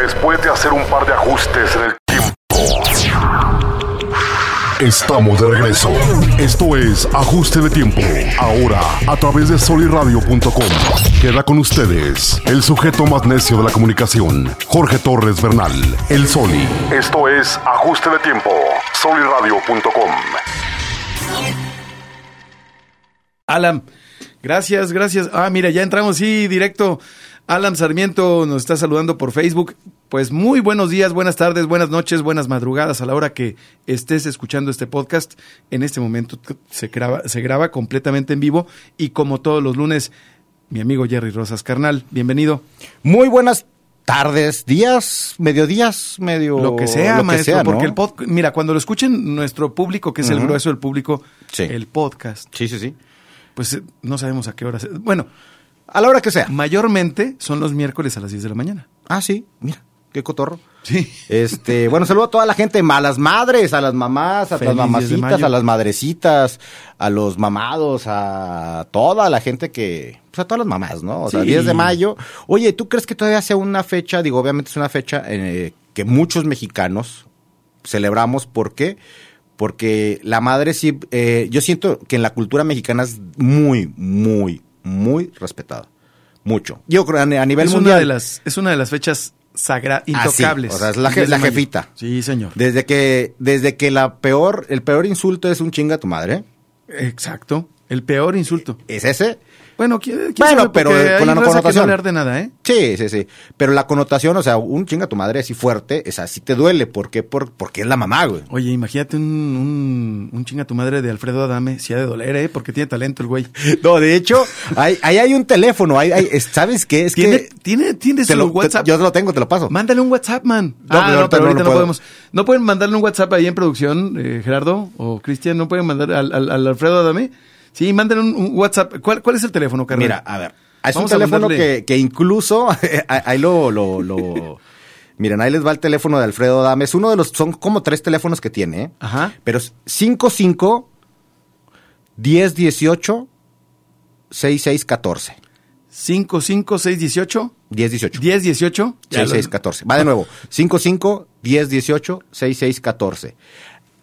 después de hacer un par de ajustes en el tiempo. Estamos de regreso. Esto es Ajuste de Tiempo. Ahora, a través de soliradio.com. Queda con ustedes el sujeto más necio de la comunicación, Jorge Torres Bernal, el Soli. Esto es Ajuste de Tiempo. Soliradio.com. Alan, gracias, gracias. Ah, mira, ya entramos, sí, directo. Alan Sarmiento nos está saludando por Facebook. Pues muy buenos días, buenas tardes, buenas noches, buenas madrugadas a la hora que estés escuchando este podcast. En este momento se graba, se graba completamente en vivo y como todos los lunes, mi amigo Jerry Rosas Carnal, bienvenido. Muy buenas tardes, días, mediodías, medio. Lo que sea, Oh, lo maestro. Que sea, ¿no? Porque el podcast. Mira, cuando lo escuchen nuestro público, que es uh -huh. el grueso del público, sí. el podcast. Sí, sí, sí. Pues no sabemos a qué hora. Bueno. A la hora que sea. Mayormente son los miércoles a las 10 de la mañana. Ah, sí, mira. Qué cotorro. Sí. Este, bueno, saludo a toda la gente, a las madres, a las mamás, a Feliz las mamacitas, a las madrecitas, a los mamados, a toda la gente que, pues a todas las mamás, ¿no? O sea, sí. 10 de mayo. Oye, ¿tú crees que todavía sea una fecha? Digo, obviamente es una fecha eh, que muchos mexicanos celebramos. ¿Por qué? Porque la madre sí, eh, yo siento que en la cultura mexicana es muy, muy, muy respetada. Mucho. Yo creo a nivel es mundial. Una de las, es una de las fechas sagra intocables. Así, o sea, es la, je, la jefita. Sí, señor. Desde que, desde que la peor, el peor insulto es un chinga a tu madre. Exacto. El peor insulto. ¿Es ese? Bueno, eh, ¿quién, bueno pero con la connotación. No hablar de nada, ¿eh? Sí, sí, sí. Pero la connotación, o sea, un chinga a tu madre así fuerte, es así te duele. ¿Por qué? Por, porque es la mamá, güey. Oye, imagínate un, un, un chinga a tu madre de Alfredo Adame. Si ha de doler, ¿eh? Porque tiene talento el güey. No, de hecho, ahí hay, hay, un teléfono. Hay, hay, ¿Sabes qué? Es ¿Tiene, que. Tiene, tiene su lo, WhatsApp. Te, yo lo tengo, te lo paso. Mándale un WhatsApp, man. No, ah, pero no, pero ahorita, no, ahorita no podemos. ¿No pueden mandarle un WhatsApp ahí en producción, eh, Gerardo o Cristian? ¿No pueden mandar al, al, al Alfredo Adame? Sí, manden un, un, WhatsApp. ¿Cuál, ¿Cuál es el teléfono, Carmen? Mira, a ver. Es Vamos un teléfono que, que, incluso. ahí lo. lo, lo miren, ahí les va el teléfono de Alfredo Dame. Es uno de los. Son como tres teléfonos que tiene. ¿eh? Ajá. Pero es 55 10 18 66 14. 55 6 18 10 18. 10 18 6 6 14. Va de nuevo. 55 10 18 66 14.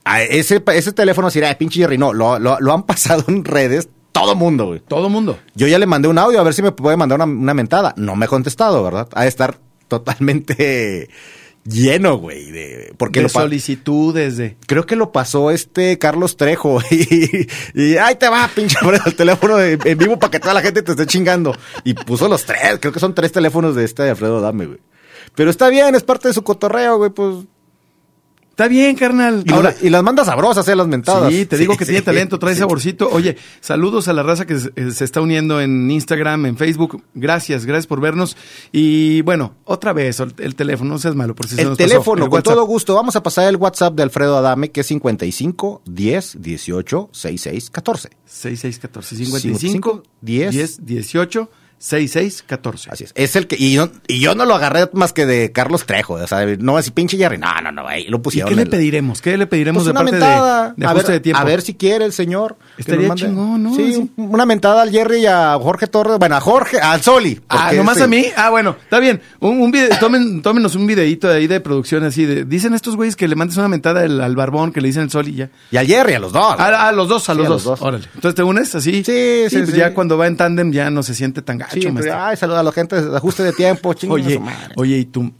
A ese, ese teléfono así, era pinche Jerry. No, lo, lo, lo, han pasado en redes todo mundo, güey. Todo mundo. Yo ya le mandé un audio a ver si me puede mandar una, una mentada. No me ha contestado, ¿verdad? Ha de estar totalmente lleno, güey. De, porque de lo solicitudes de. Creo que lo pasó este Carlos Trejo. Y, y ahí te va, pinche por el teléfono de, en vivo para que toda la gente te esté chingando. Y puso los tres. Creo que son tres teléfonos de este de Alfredo Dame, güey. Pero está bien, es parte de su cotorreo, güey, pues. Está bien, carnal. Y, Ahora, y las mandas sabrosas, eh, las mentadas. Sí, te digo sí, que sí, tiene talento, trae sí. saborcito. Oye, saludos a la raza que se, se, está uniendo en Instagram, en Facebook. Gracias, gracias por vernos. Y bueno, otra vez, el, el teléfono, no seas malo, por si el se nos pasó, teléfono, el con todo gusto. Vamos a pasar el WhatsApp de Alfredo Adame, que es 55 10 18 66 14. 66 14. 55, 55 10, 10 18 6614. Así es. Es el que. Y yo, y yo no lo agarré más que de Carlos Trejo. O sea, no así pinche Jerry. No, no, no. Ahí lo pusieron. ¿Y ¿Qué le pediremos? ¿Qué le pediremos pues de una parte mentada, de, de a ver, de tiempo? A ver si quiere el señor. Estaría chingón, ¿no? Sí, sí, una mentada al Jerry y a Jorge Torres. Bueno, a Jorge, al Soli. Ah, nomás este... a mí. Ah, bueno, está bien. Un, un video, tomen, tómenos un videito de ahí de producción así. De, dicen estos güeyes que le mandes una mentada al, al barbón que le dicen el Soli ya. Y al Jerry, a los dos. A, a Ah, los dos, a, sí, los, a dos. los, dos. Órale. Entonces te unes así. Sí, sí. sí, pues sí. Ya cuando va en tándem ya no se siente tan gacho. Sí, pero, pues, ay, saluda a la gente, ajuste de tiempo, chingos, Oye, oye, y tú,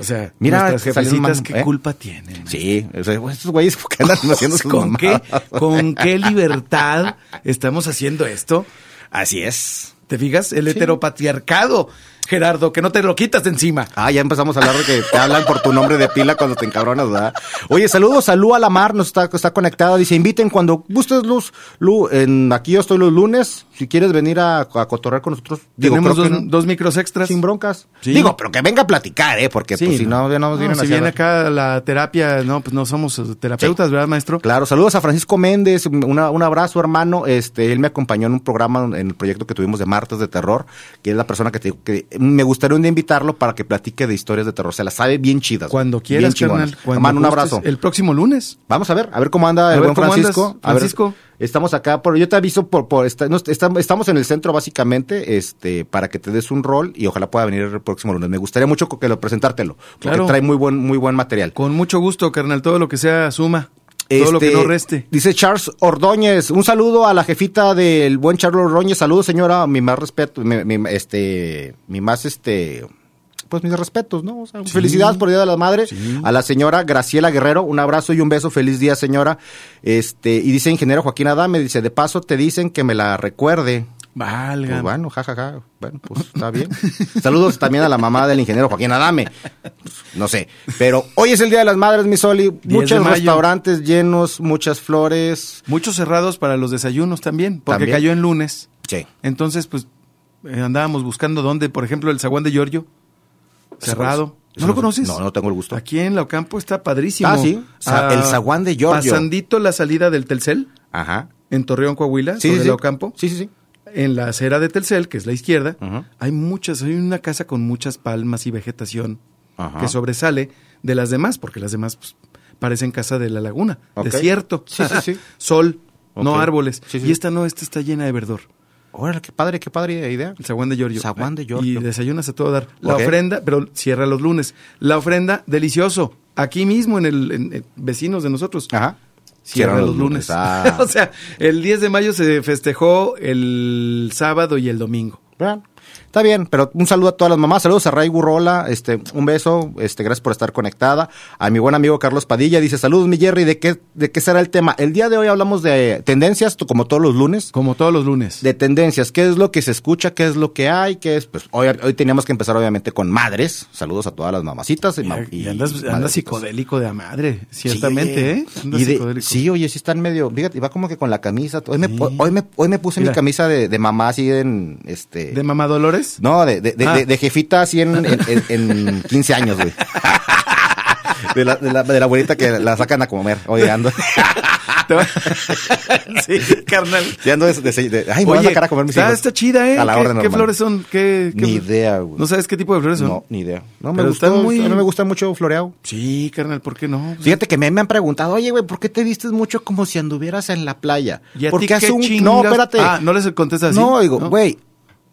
o sea, mira, nuestras jefecitas, ¿qué eh? culpa tienen? Sí, o sea, estos güeyes que andan haciendo sus ¿Con qué, ¿Con qué libertad estamos haciendo esto? Así es. ¿Te fijas? El sí. heteropatriarcado, Gerardo, que no te lo quitas de encima. Ah, ya empezamos a hablar de que te hablan por tu nombre de pila cuando te encabronas, ¿verdad? Oye, saludos salud a la mar, nos está, está conectada. Dice, inviten cuando gustes, Luz. Lu, en, aquí yo estoy los lunes. Si quieres venir a, a cotorrear con nosotros, digo, tenemos dos, no, dos, micros extras. Sin broncas. Sí. Digo, pero que venga a platicar, ¿eh? Porque sí, pues, si no, ya no nos vienen no, Si viene acá la terapia, no, pues no somos terapeutas, ¿verdad, maestro? Claro, saludos a Francisco Méndez, una, un abrazo, hermano. Este, él me acompañó en un programa en el proyecto que tuvimos de mar martes de terror, que es la persona que te digo que me gustaría un día invitarlo para que platique de historias de terror. Se las sabe bien chidas. Cuando quieras, carnal. Cuando Amán, un gustes, abrazo. El próximo lunes. Vamos a ver, a ver cómo anda A el ver buen cómo andas, Francisco. A ver, Francisco. estamos acá por, yo te aviso por, por esta- no, esta- estamos en el centro básicamente, este, para que te des un rol y ojalá pueda venir el próximo lunes. Me gustaría mucho que lo presentártelo, porque Claro. trae muy buen, muy buen material. Con mucho gusto, carnal. Todo lo que sea suma. Todo lo que Este, no reste. Dice Charles Ordóñez, un saludo a la jefita del buen Charles Ordóñez, saludos señora, mi más respeto, mi, mi- este, mi más este, pues mis respetos, ¿no? O sea, Felicidades por el Día de la Madre. A la señora Graciela Guerrero, un abrazo y un beso, feliz día señora. Este, y dice ingeniero Joaquín Adame, dice, de paso te dicen que me la recuerde. Valga. Pues bueno, jajaja, bueno, pues está bien. Saludos también a la mamá del ingeniero Joaquín Adame. No sé, pero hoy es el Día de las Madres, mi Soli. de Muchos mayo. restaurantes llenos, muchas flores. Muchos cerrados para los desayunos también, porque También. cayó en lunes. Sí. Entonces, pues eh, andábamos buscando dónde, por ejemplo, el zaguán de Giorgio. Cerrado. Eso ¿No lo conoces? No, no tengo el gusto. Aquí en Laucampo está padrísimo. Ah, sí. Sa- el zaguán de Giorgio. Pasandito la salida del Telcel, Ajá. en Torreón, Coahuila, Sí, sobre sí, sí. Laucampo. Sí, sí, sí. En la acera de Telcel, que es la izquierda, Ujú. hay muchas, hay una casa con muchas palmas y vegetación Ajá. que sobresale de las demás, porque las demás pues, parecen casa de la laguna, Ok. desierto, Sí, sí, sí. sol, no Ok. árboles. Sí, sí. Y esta no, esta está llena de verdor. Órale, qué padre, qué padre idea. El zaguán de Giorgio. Eh, Zaguán de Y Giorgio. desayunas a todo dar. La Ok. ofrenda, pero cierra los lunes. La ofrenda, delicioso. Aquí mismo, en el en- en- vecinos de nosotros. Ajá. Cierra los lunes. Ah. o sea, el 10 de mayo se festejó el sábado y el domingo. Bueno, está bien, pero un saludo a todas las mamás, saludos a Ray Gurrola, este, un beso, este, gracias por estar conectada. A mi buen amigo Carlos Padilla dice, saludos mi Jerry, ¿de qué, de qué será el tema? El día de hoy hablamos de tendencias, tú- como todos los lunes, Como todos los lunes. de tendencias, qué es lo que se escucha, qué es lo que hay, qué es, pues hoy, hoy teníamos que empezar obviamente con madres, saludos a todas las mamacitas y, ma- y andas, andas madrecitas. psicodélico de a madre, Sí, ciertamente, ¿eh? Andas y de- psicodélico. sí, oye, sí están medio, fíjate, va como que con la camisa, hoy me, Sí. hoy me, hoy me puse Mira. mi camisa de, de mamá así en, este... ¿De mamá Dolores? No, de, de, de- Ah. de- de jefita así en, en, en- en 15 años, güey. De la, de, la, de la abuelita que la sacan a comer. Oye, ando, Te va- sí, carnal. ya ando de, de- de- Ay, me voy a sacar a comer mis está, hijos. está chida, ¿eh? A la ¿Qué, orden, qué hermano. flores son? ¿Qué, qué- Ni idea, güey. ¿No sabes qué tipo de flores son? No, ni idea. No me, Pero gustó, están muy- no me gusta mucho floreado. Sí, carnal, ¿por qué no? Fíjate que me, me han preguntado, oye, güey, ¿por qué te vistes mucho como si anduvieras en la playa? ¿Y a ¿Por ti qué hace qué un... chingas- No, espérate. Ah, ¿no les contestas así? No, digo, ¿No? güey,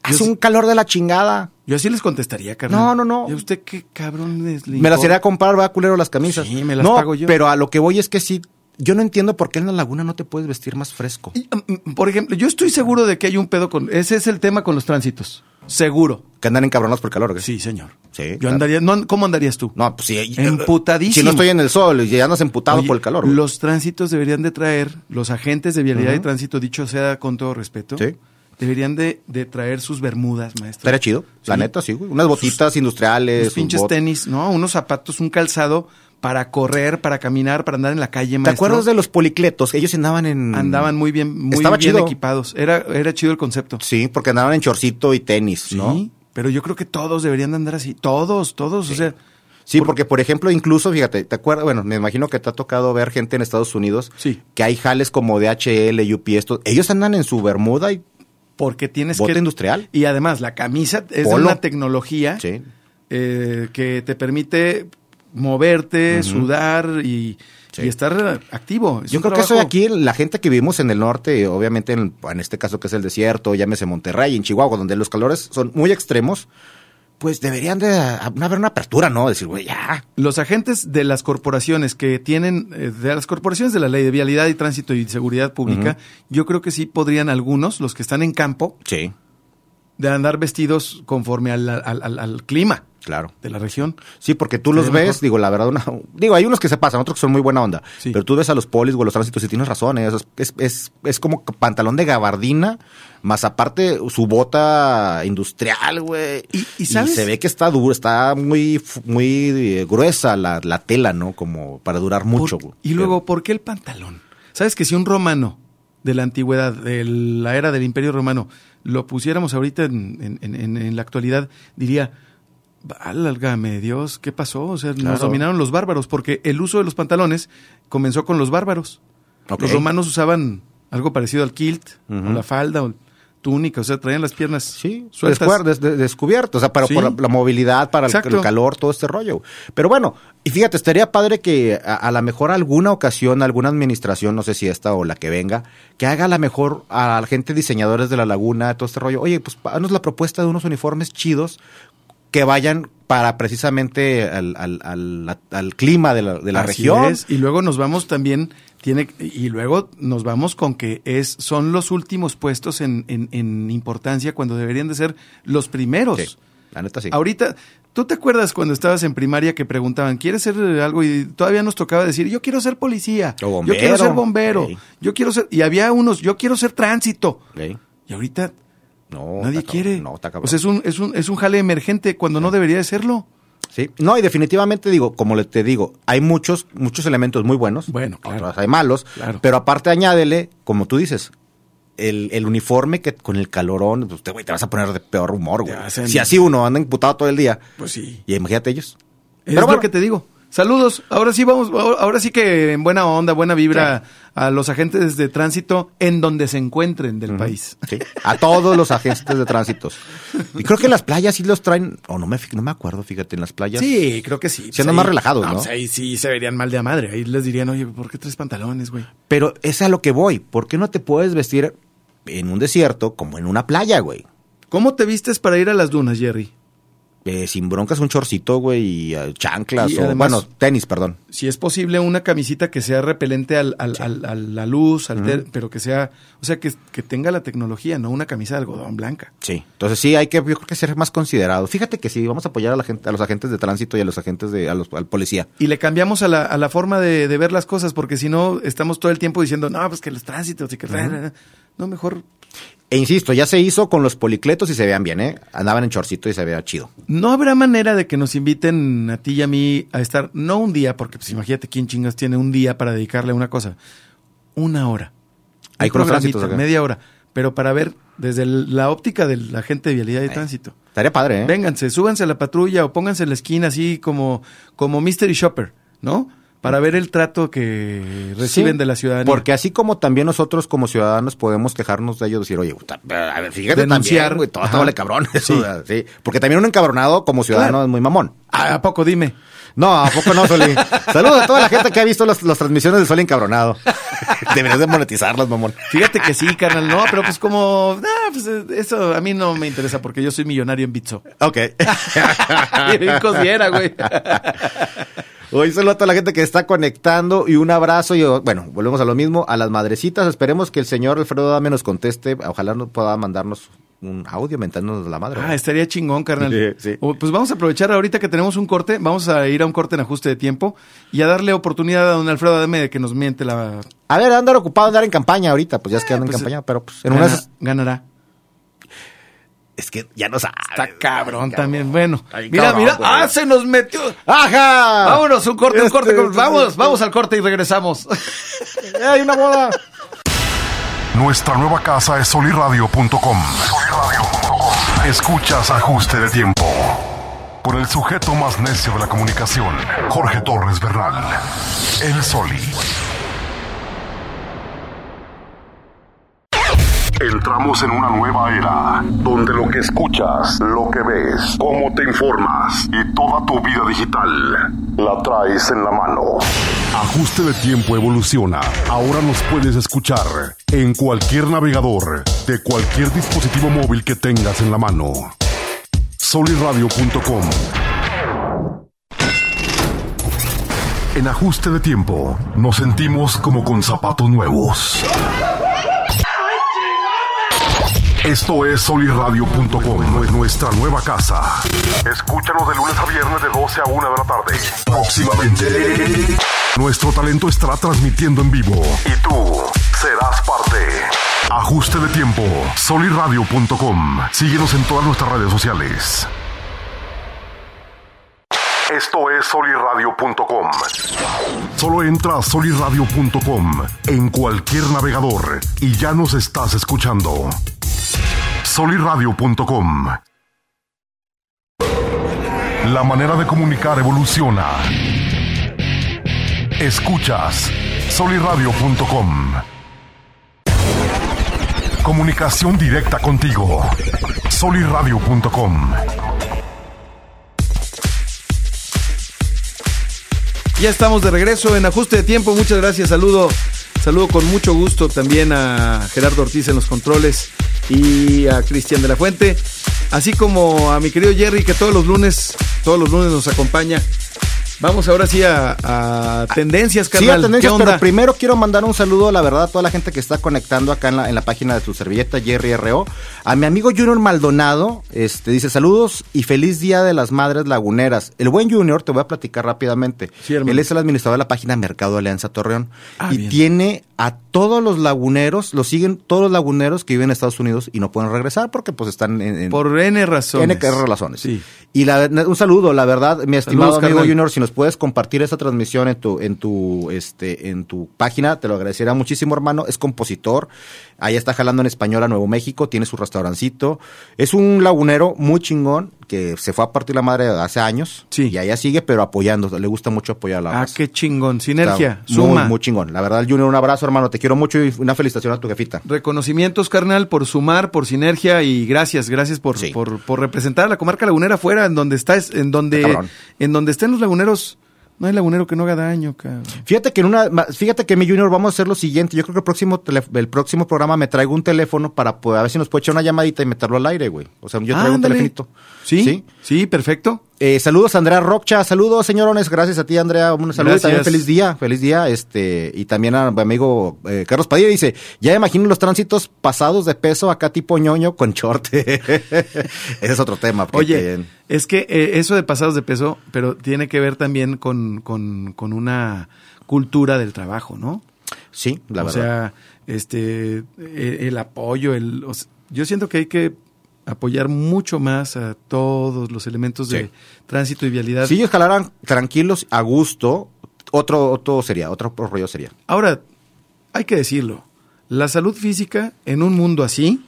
hace sí- un calor de la chingada. Yo así les contestaría, carnal. No, no, no. ¿Y a usted qué cabrón es? Me las iré a comprar, va culero las camisas. Sí, me las no, pago yo. Pero a lo que voy es que sí, yo no entiendo por qué en la laguna no te puedes vestir más fresco. Y, mm, Por ejemplo, yo estoy seguro de que hay un pedo con... Ese es el tema con los tránsitos. Seguro. Que andan encabronados por calor. ¿o qué? Sí, señor. Sí, Yo claro. andaría... no, ¿Cómo andarías tú? No, pues sí. Emputadísimo. Si no estoy en el sol y andas emputado Oye, por el calor. güey. Los tránsitos deberían de traer, los agentes de vialidad y tránsito, dicho sea con todo respeto, Sí. deberían de, de traer sus bermudas, maestro. Estaría chido. La Sí. neta, sí, güey. Unas botitas industriales. Unos pinches un bot- tenis, ¿no? Unos zapatos, un calzado para correr, para caminar, para andar en la calle, ¿Te maestro. acuerdas de los policletos? Ellos andaban en. Andaban muy bien, muy Estaba bien chido. equipados. Era, era chido el concepto. Sí, porque andaban en chorcito y tenis, Sí, ¿no? pero yo creo que todos deberían de andar así. Todos, todos. O sea, Sí, porque por ejemplo, incluso, fíjate, ¿te acuerdas? Bueno, me imagino que te ha tocado ver gente en Estados Unidos Sí. que hay jales como DHL, UPS, todo- ellos andan en su bermuda y porque tienes Bote que... industrial. Y además, la camisa es Polo. una tecnología Sí. eh, que te permite moverte, sudar y, Sí. y estar activo. Es Yo un creo que eso de trabajo- aquí, la gente que vivimos en el norte, obviamente en, en este caso que es el desierto, llámese Monterrey, en Chihuahua, donde los calores son muy extremos, pues deberían de a- haber una apertura, ¿no? Decir, güey, ya. Los agentes de las corporaciones que tienen, eh, de las corporaciones de la ley de vialidad y tránsito y seguridad pública, yo creo que sí podrían algunos, los que están en campo, Sí, de andar vestidos conforme al, al- al- al clima claro. de la región. Sí, porque tú Sería los ves, mejor. digo, la verdad, una- digo, hay unos que se pasan, otros que son muy buena onda, Sí. pero tú ves a los polis o a los tránsitos y tienes razón, ¿eh? O sea, es, es, es como que pantalón de gabardina, más aparte su bota industrial, güey. Y- y ¿sabes? se ve que está duro, está muy, fu- muy eh, gruesa la, la tela, ¿no? Como para durar mucho, eh. Por- güey. y luego, ¿por qué el pantalón? ¿Sabes que si un romano de la antigüedad, de la era del imperio romano, lo pusiéramos ahorita en, en- en- en- en la actualidad, diría, válgame Dios, ¿qué pasó? O sea, Claro. nos dominaron los bárbaros, porque el uso de los pantalones comenzó con los bárbaros. Ok. Los romanos usaban algo parecido al kilt, Ujú. o la falda, o el- túnica, o sea, traían las piernas sí, descuerdas, des, descubiertas, o sea, para, sí. por la, la, movilidad, para el, el, calor, todo este rollo. Pero bueno, y fíjate, estaría padre que a, a lo mejor alguna ocasión, alguna administración, no sé si esta o la que venga, que haga a lo mejor a la gente diseñadores de la laguna, todo este rollo, oye, pues danos la propuesta de unos uniformes chidos que vayan para precisamente al, al, al, al clima de la, de la Así región. Es. Y luego nos vamos también, tiene, y luego nos vamos con que es, son los últimos puestos en, en, en importancia cuando deberían de ser los primeros. Sí, la neta sí. Ahorita, ¿tú te acuerdas cuando estabas en primaria que preguntaban, ¿quieres ser algo? Y todavía nos tocaba decir, yo quiero ser policía, o bombero, yo quiero ser bombero, sí. yo quiero ser, y había unos, yo quiero ser tránsito. Sí. Y ahorita Oh, no, Nadie taca, quiere. No, taca, o sea, es un, es, un, es un jale emergente cuando sí. no debería de serlo. Sí. No, y definitivamente digo, como te digo, hay muchos, muchos elementos muy buenos. Bueno, claro. Otros hay malos. Claro. Pero aparte añádele, como tú dices, el, el, uniforme que con el calorón, pues, te, wey, te vas a poner de peor humor, güey. Hacen... Si así uno anda imputado todo el día. Pues sí. Y imagínate Es ellos. pero lo bueno. que te digo. Saludos. Ahora sí vamos, ahora sí que en buena onda, buena vibra sí. a los agentes de tránsito en donde se encuentren del uh -huh. país. Sí. A todos los agentes de tránsito. Y creo que en las playas sí los traen, o oh, no me no me acuerdo, fíjate, en las playas. Sí, creo que sí. Siendo sí. más relajados, ¿no? ¿no? Pues ahí sí se verían mal de la madre. Ahí les dirían, oye, ¿por qué tres pantalones, güey? Pero es a lo que voy. ¿Por qué no te puedes vestir en un desierto como en una playa, güey? ¿Cómo te vistes para ir a las dunas, Jerry? Eh, sin broncas un chorcito, güey, y uh, chanclas, y o, además, bueno, tenis, perdón. Si es posible, una camisita que sea repelente al, al, sí. al, a la luz, al uh -huh. ter, pero que sea, o sea, que, que, tenga la tecnología, no una camisa de algodón blanca. Sí, entonces sí, hay que, yo creo que ser más considerado. Fíjate que sí, vamos a apoyar a, la gente, a los agentes de tránsito y a los agentes de, a los, al policía. Y le cambiamos a la, a la forma de, de ver las cosas, porque si no, estamos todo el tiempo diciendo, no, pues que los tránsitos y que... Uh -huh. No, mejor e insisto, ya se hizo con los policletos y se vean bien, ¿eh? Andaban en chorcito y se veía chido. No habrá manera de que nos inviten a ti y a mí a estar, no un día, porque pues imagínate quién chingas tiene un día para dedicarle a una cosa. Una hora. Hay un Media hora. Pero para ver desde la óptica de la gente de vialidad y eh, tránsito. Estaría padre, ¿eh? Vénganse, súbanse a la patrulla o pónganse en la esquina así como, como Mystery Shopper, ¿no? para ver el trato que reciben sí, de la ciudadanía. Mm. Porque así como también nosotros como ciudadanos podemos quejarnos de ellos, decir, oye, eh, a ver, fíjate Denunciar. también, güey, todo, todo le cabrón. Sí. O sea, sí. Porque también un encabronado como ciudadano claro. es muy mamón. ¿A, ¿A, poco dime? No, ¿a poco no, Soli? Saludos a toda la gente que ha visto las, las transmisiones de Sol encabronado. Deberías de monetizarlas, mamón. Fíjate que sí, carnal, no, pero pues como, nah, pues eso a mí no me interesa porque yo soy millonario en Bitso. Ok. Bien cosiera, güey. Hoy saludo a toda la gente que está conectando y un abrazo. Y bueno, volvemos a lo mismo, a las madrecitas. Esperemos que el señor Alfredo Dame nos conteste. Ojalá nos pueda mandarnos un audio mentándonos la madre. Ah, estaría chingón, carnal. Sí, sí. Pues vamos a aprovechar ahorita que tenemos un corte. Vamos a ir a un corte en ajuste de tiempo y a darle oportunidad a don Alfredo Dame de que nos miente la. A ver, andar ocupado, andar en campaña ahorita. Pues ya es que anda eh, pues, en campaña, pero pues en gana, unas... Ganará. Es que ya no sabe. Está cabrón, cabrón también. Bueno, Ay, mira, cabrón, mira. Güey. Ah, se nos metió. ¡Ajá! Vámonos, un corte, un corte. Este, este, vamos, este. vamos al corte y regresamos. ¡Hay una boda! Nuestra nueva casa es soliradio.com. Escuchas ajuste de tiempo. Por el sujeto más necio de la comunicación, Jorge Torres Bernal. El Soli. Entramos en una nueva era, donde lo que escuchas, lo que ves, cómo te informas y toda tu vida digital la traes en la mano. Ajuste de tiempo evoluciona. Ahora nos puedes escuchar en cualquier navegador, de cualquier dispositivo móvil que tengas en la mano. Soliradio.com En ajuste de tiempo, nos sentimos como con zapatos nuevos. Esto es solirradio.com, nuestra nueva casa. Escúchanos de lunes a viernes de 12 a 1 de la tarde. Próximamente. Nuestro talento estará transmitiendo en vivo. Y tú serás parte. Ajuste de tiempo. Solirradio.com. Síguenos en todas nuestras redes sociales. Esto es solirradio.com. Solo entra a solirradio.com en cualquier navegador y ya nos estás escuchando soliradio.com. La manera de comunicar evoluciona. Escuchas soliradio.com. Comunicación directa contigo. Soliradio.com. Ya estamos de regreso en ajuste de tiempo. Muchas gracias. Saludo, saludo con mucho gusto también a Gerardo Ortiz en los controles y a Cristian de la Fuente, así como a mi querido Jerry que todos los lunes, todos los lunes nos acompaña. Vamos ahora sí a, a tendencias, carnal. Sí, a tendencias, pero primero quiero mandar un saludo, la verdad, a toda la gente que está conectando acá en la, en la página de tu servilleta, Jerry RO. A mi amigo Junior Maldonado, este, dice saludos y feliz día de las madres laguneras. El buen Junior, te voy a platicar rápidamente. Sí, hermano. Él es el administrador de la página Mercado Alianza Torreón. Ah, y bien. tiene a todos los laguneros, lo siguen todos los laguneros que viven en Estados Unidos y no pueden regresar porque pues están en, en- Por N razones. Tiene que haber relaciones. Sí. Y la, un saludo, la verdad, mi estimado amigo carnal. Junior, si nos puedes compartir esa transmisión en tu, en tu, este, en tu página, te lo agradecería muchísimo, hermano. Es compositor, ahí está jalando en español a Nuevo México, tiene su restaurancito. Es un lagunero muy chingón que se fue a partir la madre hace años. Sí. Y allá sigue, pero apoyando, le gusta mucho apoyar a la Ah, raza. qué chingón. Está Sinergia, muy, suma. Muy, chingón. La verdad, Junior, un abrazo, hermano. Te quiero mucho y una felicitación a tu jefita. Reconocimientos, carnal, por sumar, por sinergia y gracias, gracias por, Sí. por, por representar a la comarca lagunera afuera, en donde está, en Está donde, cabrón. en donde estén los laguneros, no hay lagunero que no haga daño, cabrón. Fíjate que en una, ma- fíjate que mi Junior vamos a hacer lo siguiente. Yo creo que el próximo tele- el próximo programa me traigo un teléfono para poder, a ver si nos puede echar una llamadita y meterlo al aire, güey. O sea, yo traigo un Ándale. telefonito. ¿Sí? sí, perfecto. Eh, saludos a Andrea Rocha, saludos señorones, gracias a ti Andrea, un saludo y Gracias. también feliz día, feliz día, este, y también a mi amigo eh, Carlos Padilla dice, ya imagino los tránsitos pasados de peso acá tipo ñoño con short. Ese es otro tema. porque Oye, también- es que eh, eso de pasados de peso, pero tiene que ver también con, con, con una cultura del trabajo, ¿no? sí, la o verdad. sea, este, eh, el apoyo, el, o sea, yo siento que hay que apoyar mucho más a todos los elementos de Sí. tránsito y vialidad. si ellos jalaran tranquilos, a gusto, otro, otro sería, otro rollo sería. Ahora, hay que decirlo, la salud física en un mundo así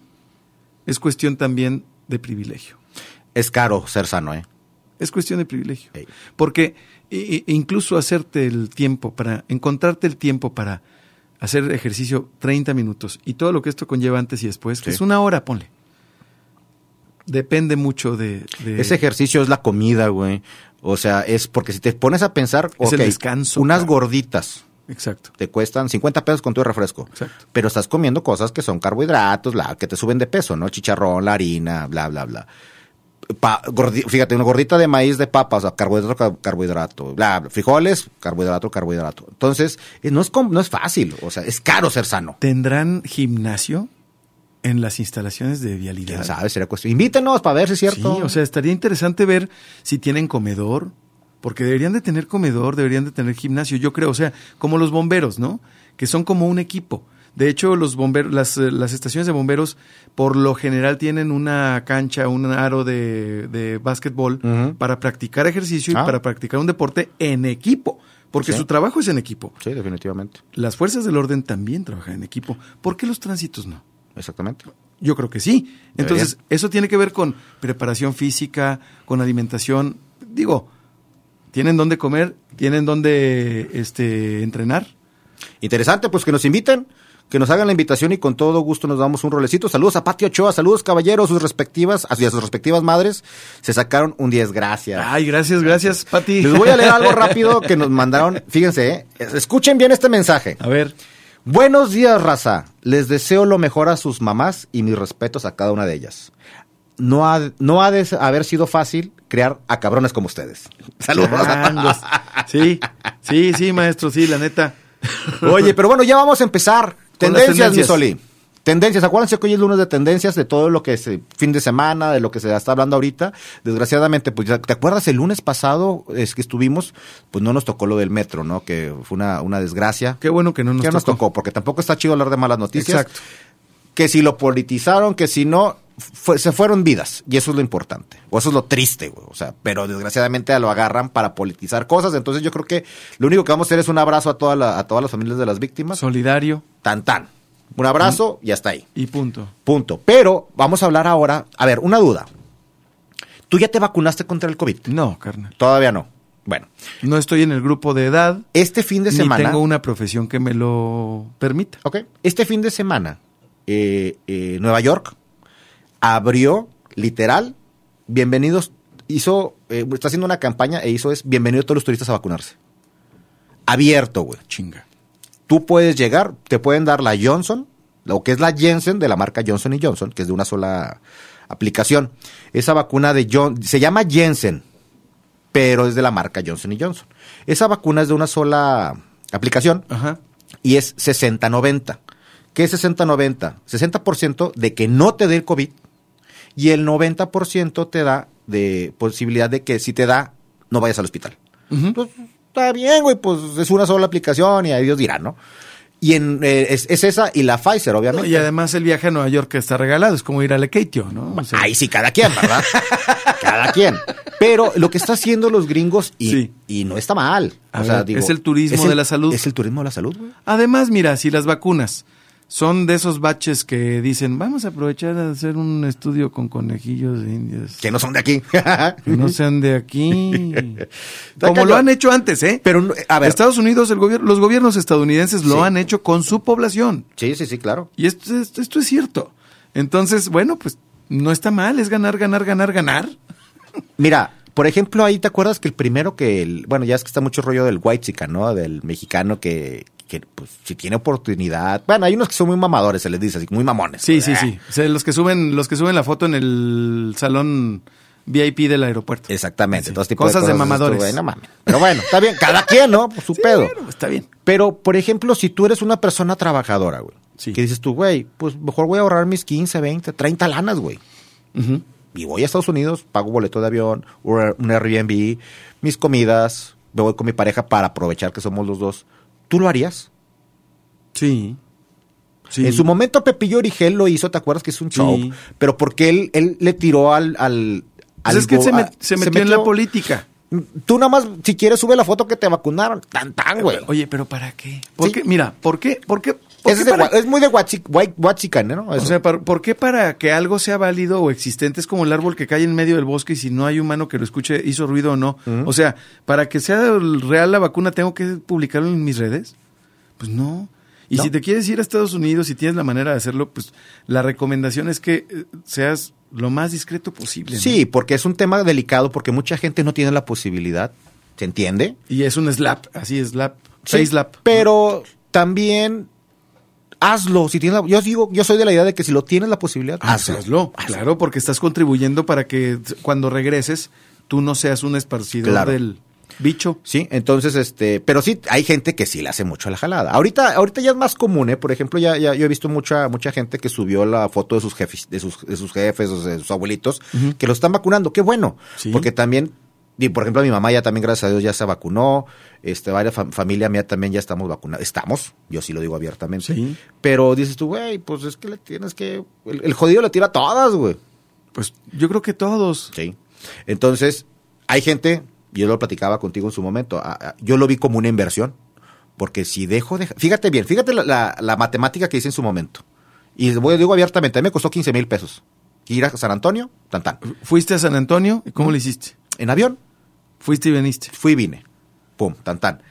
es cuestión también de privilegio. Es caro ser sano, ¿eh? Es cuestión de privilegio. Ey. Porque i- i- incluso hacerte el tiempo para, encontrarte el tiempo para hacer ejercicio 30 minutos y todo lo que esto conlleva antes y después, que Sí. es una hora, ponle. Depende mucho de... de- Ese ejercicio es la comida, güey. O sea, es porque si te pones a pensar, Es el ok, descanso, unas claro. gorditas Exacto. te cuestan 50 pesos con tu refresco. Exacto. Pero estás comiendo cosas que son carbohidratos, la, que te suben de peso, ¿no? Chicharrón, la harina, bla, bla, bla. Pa- gordi- fíjate, una gordita de maíz de papa, o sea, carbohidrato, car- carbohidrato, bla, bla. Frijoles, carbohidrato, carbohidrato. Entonces, eh, no es, com- no es fácil, o sea, es caro ser sano. ¿Tendrán gimnasio en las instalaciones de vialidad? ¿Quién sabe? Sería cuestión. Invítenos para ver si es cierto. Sí, o sea, estaría interesante ver si tienen comedor, porque deberían de tener comedor, deberían de tener gimnasio, yo creo, o sea, como los bomberos, ¿no? Que son como un equipo. De hecho, los bomberos, las, eh, las estaciones de bomberos, por lo general tienen una cancha, un aro de, de básquetbol Ujú. para practicar ejercicio y Ah. para practicar un deporte en equipo, porque Sí. su trabajo es en equipo. sí, definitivamente. Las fuerzas del orden también trabajan en equipo. ¿Por qué los tránsitos no? Exactamente. Yo creo que sí. Deberían. Entonces, eso tiene que ver con preparación física, con alimentación. Digo, tienen dónde comer, tienen dónde este, entrenar. Interesante, pues que nos inviten, que nos hagan la invitación y con todo gusto nos damos un rolecito. Saludos a Patio Ochoa, saludos caballeros, sus respectivas, a, y a sus respectivas madres, se sacaron un 10, gracias. Ay, gracias, gracias, Pati. Les voy a leer algo rápido que nos mandaron, fíjense, eh, escuchen bien este mensaje. A ver, Buenos días, raza. Les deseo lo mejor a sus mamás y mis respetos a cada una de ellas. No ha, no ha de haber sido fácil crear a cabrones como ustedes. Saludos. changos. Sí, sí, sí, maestro, sí, la neta. Oye, pero bueno, ya vamos a empezar. Con las Tendencias, mi tendencias. Soli. Tendencias, acuérdense que hoy es lunes de tendencias, de todo lo que es eh, fin de semana, de lo que se está hablando ahorita. Desgraciadamente, pues, ya- ¿te acuerdas el lunes pasado es que estuvimos? Pues no nos tocó lo del metro, ¿no? Que fue una, una desgracia. Qué bueno que no nos, Ya nos tocó, porque tampoco está chido hablar de malas noticias. Exacto. Que si lo politizaron, que si no, fue- se fueron vidas. Y eso es lo importante. O eso es lo triste, güey. O sea, pero desgraciadamente lo agarran para politizar cosas. Entonces yo creo que lo único que vamos a hacer es un abrazo a, toda la- a todas las familias de las víctimas. Solidario Tan tan. Un abrazo y hasta ahí. y punto. Punto. Pero vamos a hablar ahora. A ver, una duda. ¿Tú ya te vacunaste contra el COVID? No, carnal. Todavía no. Bueno, No estoy en el grupo de edad. este fin de Ni semana. tengo una profesión que me lo permita. Ok. Este fin de semana eh, eh, Nueva York, abrió, literal, bienvenidos, hizo, eh, está haciendo una campaña e hizo es, bienvenido a todos los turistas a vacunarse. Abierto, güey. Chinga. Tú puedes llegar, te pueden dar la Johnson, lo que es la Jensen de la marca Johnson Johnson, que es de una sola aplicación. Esa vacuna de John, se llama Jensen, pero es de la marca Johnson Johnson. Esa vacuna es de una sola aplicación Ajá. y es 60-90. ¿Qué es 60-90? 60% de que no te dé el COVID y el 90% te da de posibilidad de que si te da, no vayas al hospital. Pues, está bien, güey, pues es una sola aplicación y ahí Dios dirá, ¿no? Y en, eh, es, es esa y la Pfizer, No, obviamente. y además el viaje a Nueva York que está regalado es como ir al Ekatio, ¿no? O sea, Ahí sí, cada quien, ¿verdad? cada quien. Pero lo que está haciendo los gringos y, Sí. y no está mal. A ver, es el turismo de la salud. Es el turismo de la salud, güey. Además, mira, si las vacunas son de esos baches que dicen, vamos a aprovechar a hacer un estudio con conejillos de indias. Que no son de aquí. Que no sean de aquí. Como cañón. lo han hecho antes, ¿eh? Pero, no- a ver. Estados Unidos, el gobierno, los gobiernos estadounidenses lo Sí. han hecho con su población. Sí, sí, sí, claro. Y esto, esto, esto es cierto. Entonces, bueno, pues no está mal, es ganar, ganar, ganar, ganar. Mira, por ejemplo, ahí te acuerdas que el primero que, el- bueno, ya es que está mucho rollo del white chica, ¿no? Del mexicano que, que, pues, si tiene oportunidad. Bueno, hay unos que son muy mamadores, se les dice, así, muy mamones. Sí, sí, sí. O sea, los que suben, los que suben la foto en el salón VIP del aeropuerto. Exactamente. Sí. todo tipo de Cosas de dices tú, mamadores. güey, no mames. Pero bueno, está bien, cada quien, ¿no? Pues, su pedo. Bueno, está bien. Pero, por ejemplo, si tú eres una persona trabajadora, güey, Sí. que dices tú, güey, pues mejor voy a ahorrar mis 15, 20, 30 lanas, güey. Ujú. y voy a Estados Unidos, pago boleto de avión, un un Airbnb, mis comidas, me voy con mi pareja para aprovechar que somos los dos. ¿Tú lo harías? Sí. Sí. En su momento Pepillo Origel lo hizo, ¿te acuerdas que es un Sí. show? Pero porque él, él le tiró al... al, Pues al es que go- se, a- Mm, met- se metió en la política. Tú nada más, si quieres, sube la foto que te vacunaron. Tan, tan, güey. Oye, pero ¿para qué? ¿Por Sí. qué? Mira, ¿por qué? ¿Por qué? ¿Por qué Ese es, de para- gua- es muy de guachi- guay- guachican, ¿no? O Eso. sea, ¿por, por qué para que algo sea válido o existente es como el árbol que cae en medio del bosque y si no hay humano que lo escuche, hizo ruido o no? O sea, para que sea real la vacuna, ¿tengo que publicarlo en mis redes? Pues no. Y No. si te quieres ir a Estados Unidos y tienes la manera de hacerlo, pues la recomendación es que eh, seas lo más discreto posible. ¿no? sí, porque es un tema delicado, porque mucha gente no tiene la posibilidad, ¿se entiende? Y es un slap, así slap, Sí, face slap. Pero también hazlo. Si tienes la- yo digo, yo soy de la idea de que si lo tienes la posibilidad, Ah, hazlo. hazlo, claro, porque estás contribuyendo para que t- cuando regreses tú no seas un esparcidor Claro. del bicho. Sí, entonces, este, pero sí, hay gente que sí le hace mucho a la jalada. Ahorita, ahorita ya es más común, ¿eh? Por ejemplo, ya, ya yo he visto mucha, mucha gente que subió la foto de sus jefes, de sus, de sus jefes, o sea, de sus abuelitos, que lo están vacunando. Qué bueno. Sí. Porque también, y por ejemplo, mi mamá ya también, gracias a Dios, ya se vacunó. Este, varias fam- familia mía también ya estamos vacunados. Estamos, yo sí lo digo abiertamente. Sí. Pero dices tú, güey, pues es que le tienes que. El, el jodido le tira a todas, güey. Pues yo creo que todos. Sí. Entonces, hay gente, yo lo platicaba contigo en su momento, a- a- yo lo vi como una inversión, porque si dejo de... Fíjate bien, fíjate la, la- la matemática que hice en su momento. Y voy, digo abiertamente, a mí me costó 15 mil pesos. Ir a San Antonio, tan tan. Fuiste a San Antonio, ¿y ¿cómo le hiciste? En avión, Fuiste y veniste. fui y vine. Pum, tan tan.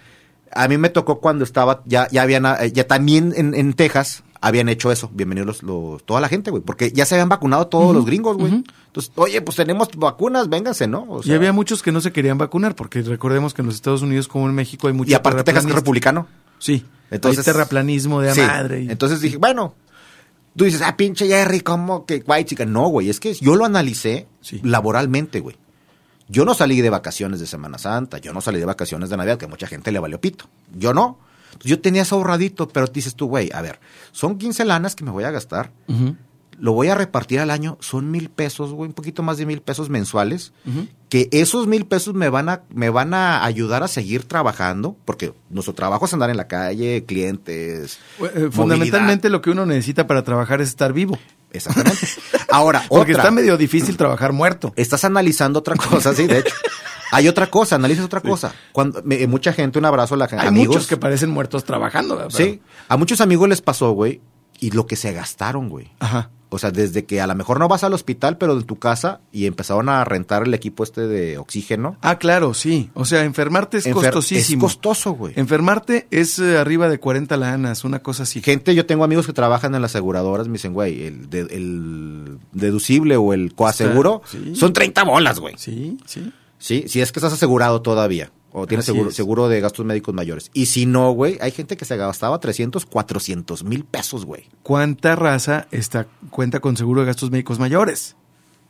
A mí me tocó cuando estaba, ya, ya habían, eh, ya también en, en Texas habían hecho eso. Bienvenidos los, los- toda la gente, güey, porque ya se habían vacunado todos los gringos, güey. Entonces, oye, pues tenemos vacunas, vénganse, ¿no? O y sea, había muchos que no se querían vacunar, porque recordemos que en los Estados Unidos, como en México, hay mucho Y aparte Texas es terraplanista. republicano. Sí. Entonces, Entonces- terraplanismo de a Sí. madre. y- Entonces dije, bueno, tú dices, ah, pinche Jerry, ¿cómo que guay, chica? No, güey, es que yo lo analicé Sí. laboralmente, güey. Yo no salí de vacaciones de Semana Santa, yo no salí de vacaciones de Navidad, que mucha gente le valió pito. Yo no. Entonces, yo tenía eso ahorradito, pero dices tú, güey, a ver, son 15 lanas que me voy a gastar, Ujú. lo voy a repartir al año, son mil pesos, güey, un poquito más de mil pesos mensuales, que esos mil pesos me van a, me van a ayudar a seguir trabajando, porque nuestro trabajo es andar en la calle, clientes. Eh, Fundamentalmente lo que uno necesita para trabajar es estar vivo. movilidad. Exactamente. Ahora, Porque otra, Eh, está medio difícil trabajar muerto. estás analizando otra cosa, sí, de hecho. Hay otra cosa, analizas otra cosa. Cuando me- mucha gente, un abrazo a la gente. Hay amigos, muchos que parecen muertos trabajando. ¿verdad? sí, Pero- a muchos amigos les pasó, güey, y lo que se gastaron, güey. Ajá. O O sea, desde que a lo mejor no vas al hospital, pero de tu casa y empezaron a rentar el equipo este de oxígeno. Ah, claro, sí. O sea, enfermarte es Enfer costosísimo. Em-, Es costoso, güey. Enfermarte es eh, arriba de 40 lanas, una cosa así. Gente, yo tengo amigos que trabajan en las aseguradoras, me dicen, güey, el, de, el deducible o el coaseguro Está- sí. son 30 bolas, güey. Sí, sí. Sí, si es que estás asegurado todavía. O tienes Así seguro, es. seguro de gastos médicos mayores. Y si no, güey, hay gente que se gastaba 300, 400 mil pesos, güey. ¿Cuánta raza está, cuenta con seguro de gastos médicos mayores?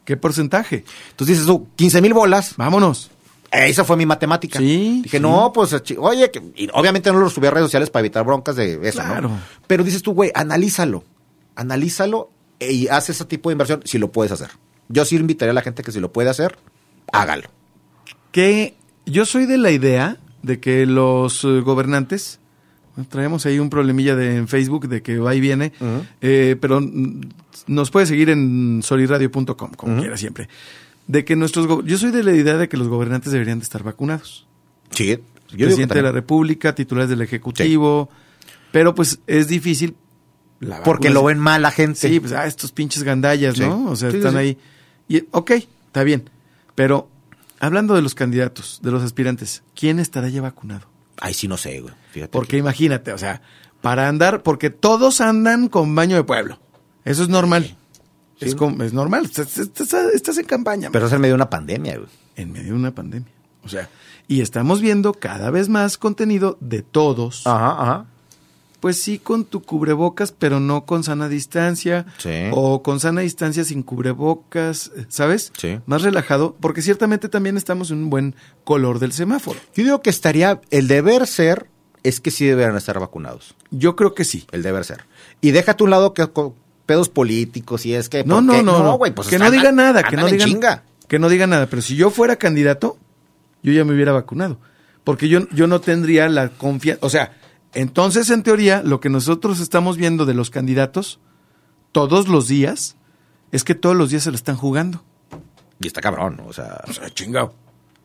¿Qué porcentaje? Entonces dices tú, 15 mil bolas. Vámonos. Esa fue mi matemática. Sí, Dije, sí. no, pues, chi- oye, que- y obviamente no lo subí a redes sociales para evitar broncas de eso, Claro. ¿no? Pero dices tú, güey, analízalo. Analízalo e- y haz ese tipo de inversión si lo puedes hacer. Yo sí invitaría a la gente que si lo puede hacer, hágalo. que yo soy de la idea de que los eh, gobernantes traemos ahí un problemilla de en Facebook de que va y viene, Ujú. eh, pero mm, nos puede seguir en solirradio.com, como quiera siempre. De que nuestros go- yo soy de la idea de que los gobernantes deberían de estar vacunados. Sí. Yo digo que Presidente de la también. República, titulares del Ejecutivo, pero pues es difícil. la Porque vacuna lo es- ven mal la gente. Sí, pues ah, estos pinches gandallas, Sí. ¿no? O sea, Sí, sí, están sí. ahí. Y, ok, está bien. Pero hablando de los candidatos, de los aspirantes, ¿quién estará ya vacunado? Ay, sí, no sé, güey. Fíjate. Porque imagínate, o sea, para andar, porque todos andan con baño de pueblo. Eso es normal. Sí. Es, com- es normal. Estás, estás- estás en campaña. Pero es en medio de una pandemia, güey. en medio de una pandemia. O sea, y estamos viendo cada vez más contenido de todos. Ajá, ajá. Pues sí, con tu cubrebocas, pero no con sana distancia. Sí. O con sana distancia sin cubrebocas, ¿sabes? Sí. Más relajado, porque ciertamente también estamos en un buen color del semáforo. Yo digo que estaría, el deber ser es que sí deberían estar vacunados. Yo creo que sí. El deber ser. Y déjate a un lado que co- pedos políticos y es que... No, ¿por no, qué? no, no. güey, pues que no andan- diga nada, que andan no en diga chinga. Que no diga nada, pero si yo fuera candidato, yo ya me hubiera vacunado, porque yo, yo no tendría la confianza, o sea, entonces en teoría lo que nosotros estamos viendo de los candidatos todos los días es que todos los días se la están jugando. Y está cabrón, o sea... O sea, chingado.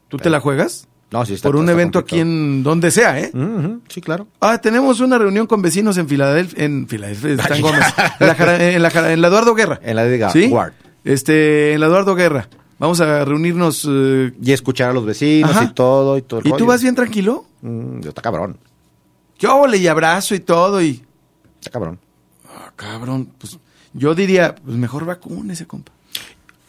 ¿Tú te la juegas? No, sí está- Por un está evento complicado. Mm. aquí en donde sea, ¿eh? Ujú, sí, claro. Ah, tenemos una reunión con vecinos en Filadelfia, en Filadelfia, está en Gómez, en la, Jara- eh, en la Jara- en la Eduardo Guerra. Ah, En la Edgar ¿Sí? Ward. Este, en la Eduardo Guerra. Vamos a reunirnos. eh, Y escuchar a los vecinos Ajá. y todo y todo. el ¿Y tú rollo. vas bien tranquilo? Mm, está cabrón, Yo le y abrazo y todo y... está cabrón. Ah, cabrón, pues yo diría, pues mejor vacúnese, compa.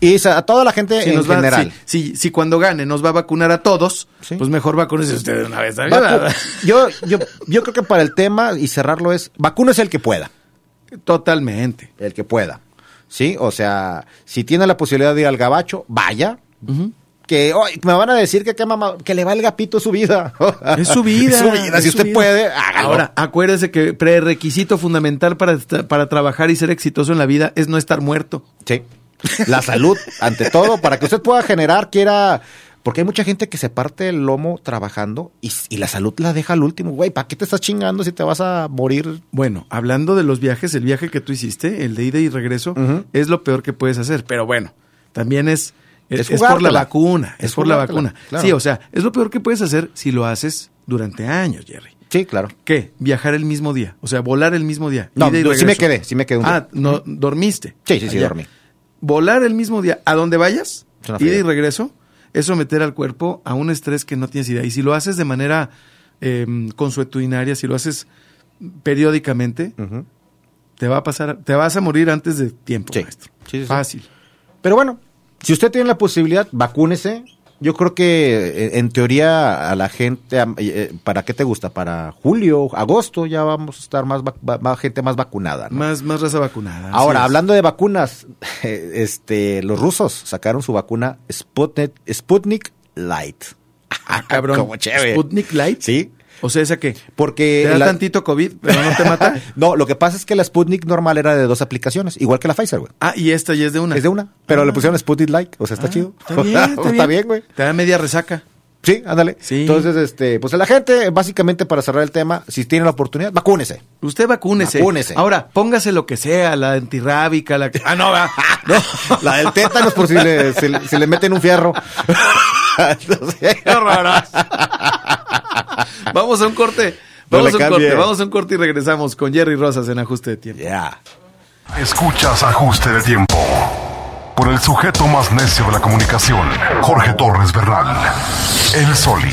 Y sa- a toda la gente en va, general. Si, si- si cuando gane nos va a vacunar a todos, Sí. pues mejor vacúnese usted de una vez. ¿sabes? Vacu- yo, yo, yo creo que para el tema y cerrarlo es, vacuno es el que pueda. Totalmente. el que pueda. ¿Sí? O sea, si tiene la posibilidad de ir al gabacho, vaya. Que "Ay, me van a decir que, qué mamá, que le valga pito su vida. Es su vida. Es su vida. es su Si usted vida. puede, hágalo. Ahora, acuérdese que prerequisito fundamental para, tra- para trabajar y ser exitoso en la vida es no estar muerto. Sí. La salud, ante todo, para que usted pueda generar, quiera. Porque hay mucha gente que se parte el lomo trabajando y, y la salud la deja al último. Güey, ¿para qué te estás chingando si te vas a morir? Bueno, hablando de los viajes, el viaje que tú hiciste, el de ida y regreso, Ujú. es lo peor que puedes hacer. Pero bueno, también es, es, Es es por la jugártela. vacuna. Es, Es por la jugártela, vacuna. claro. Sí, o sea, es lo peor que puedes hacer si lo haces durante años, Jerry. Sí, claro. ¿Qué? Viajar el mismo día. O sea, volar el mismo día. No, ida y no, sí me regreso. quedé, sí me quedé un Ah, día. no, ¿dormiste? Sí, sí, sí, Allá. dormí. Volar el mismo día, a donde vayas, Es una ida y friega. regreso, es someter al cuerpo a un estrés que no tienes idea. Y si lo haces de manera eh, consuetudinaria, si lo haces periódicamente, Ujú. te va a pasar, te vas a morir antes de tiempo, Sí. maestro. Sí, sí, sí. Fácil. Pero bueno, si usted tiene la posibilidad, vacúnese. Yo creo que eh, en teoría a la gente, a- eh, eh, ¿para qué te gusta? Para julio, agosto ya vamos a estar más, vac- va- va- gente más vacunada. ¿no? Más, más raza vacunada. así Ahora, es. hablando de vacunas, este, los rusos sacaron su vacuna Sputnik, Sputnik Light. Ah, cabrón. Como chévere. Sputnik Light. Sí, O sea, esa que porque... te da la- tantito COVID, pero no te mata. No, lo que pasa es que la Sputnik normal era de dos aplicaciones, igual que la Pfizer, güey. Ah, y esta ya es de una. Es de una, pero Ah. le pusieron Sputnik Light, o sea, está Ah, chido. Está bien, está, bien. güey. Te da media resaca. Sí, ándale. Sí. Entonces, este, pues a la gente, básicamente para cerrar el tema, si tiene la oportunidad, vacúnese. Usted vacúnese. Vacúnese. Ahora, póngase lo que sea, la antirrábica, la... Ah, no, va. No. La del tétanos por si le, si le- si le meten un fierro. Entonces, Qué horroroso. Vamos a un corte. No Vamos le a un cambie. corte. Vamos a un corte y regresamos con Jerry Rosas en Ajuste de Tiempo. ya. Escuchas ajuste de tiempo. Por el sujeto más necio de la comunicación, Jorge Torres Bernal. El Soli.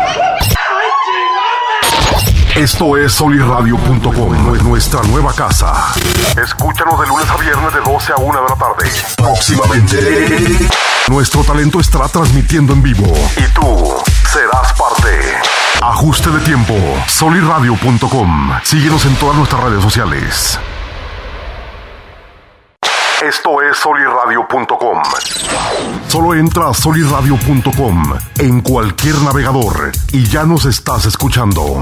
Esto es solirradio.com, nuestra nueva casa. Escúchanos de lunes a viernes de 12 a 1 de la tarde. Próximamente. Nuestro talento estará transmitiendo en vivo. Y tú serás parte. Ajuste de tiempo, solirradio.com. Síguenos en todas nuestras redes sociales. Esto es solirradio.com. Solo entra a solirradio.com en cualquier navegador y ya nos estás escuchando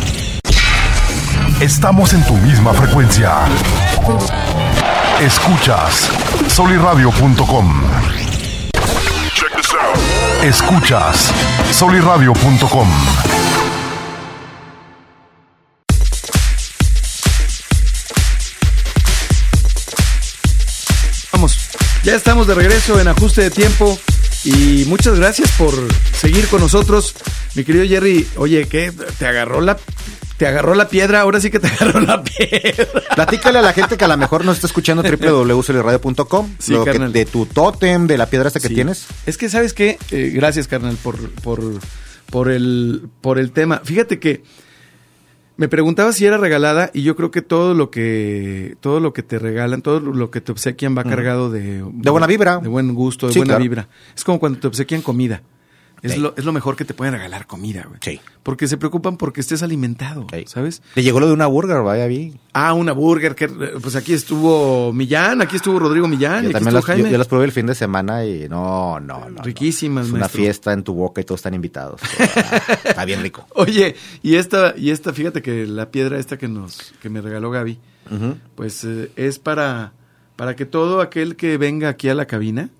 Estamos en tu misma frecuencia. Escuchas soliradio.com. Escuchas soliradio.com. Vamos, ya estamos de regreso en ajuste de tiempo y muchas gracias por seguir con nosotros. Mi querido Jerry, oye, ¿qué? ¿Te agarró la te agarró la piedra, ahora sí que te agarró la piedra. Platícale a la gente que a lo mejor no está escuchando www.soliradio.com Sí, lo que- carnal. de tu tótem, de la piedra esta que Sí. tienes. Es que, ¿sabes qué? Eh, gracias, carnal, por, por, por, el, por el tema. Fíjate que me preguntaba si era regalada y yo creo que todo lo que, todo lo que te regalan, todo lo que te obsequian va cargado de... De buena vibra. De buen gusto, de Sí, buena claro. vibra. Es como cuando te obsequian comida. Es, Sí. lo, es lo mejor que te pueden regalar comida, güey. Sí. Porque se preocupan porque estés alimentado, Sí. ¿sabes? Le llegó lo de una burger, vaya bien. Ah, una burger, que, pues aquí estuvo Millán, aquí estuvo Rodrigo Millán, y Yo aquí también estuvo las, yo, Jaime. yo las probé el fin de semana y no, no, no. Riquísimas, no. Es una maestro. fiesta en tu boca y todos están invitados. Ah, Está bien rico. Oye, y esta, y esta, fíjate que la piedra esta que nos, que me regaló Gaby, Ujú. pues eh, es para, para que todo aquel que venga aquí a la cabina,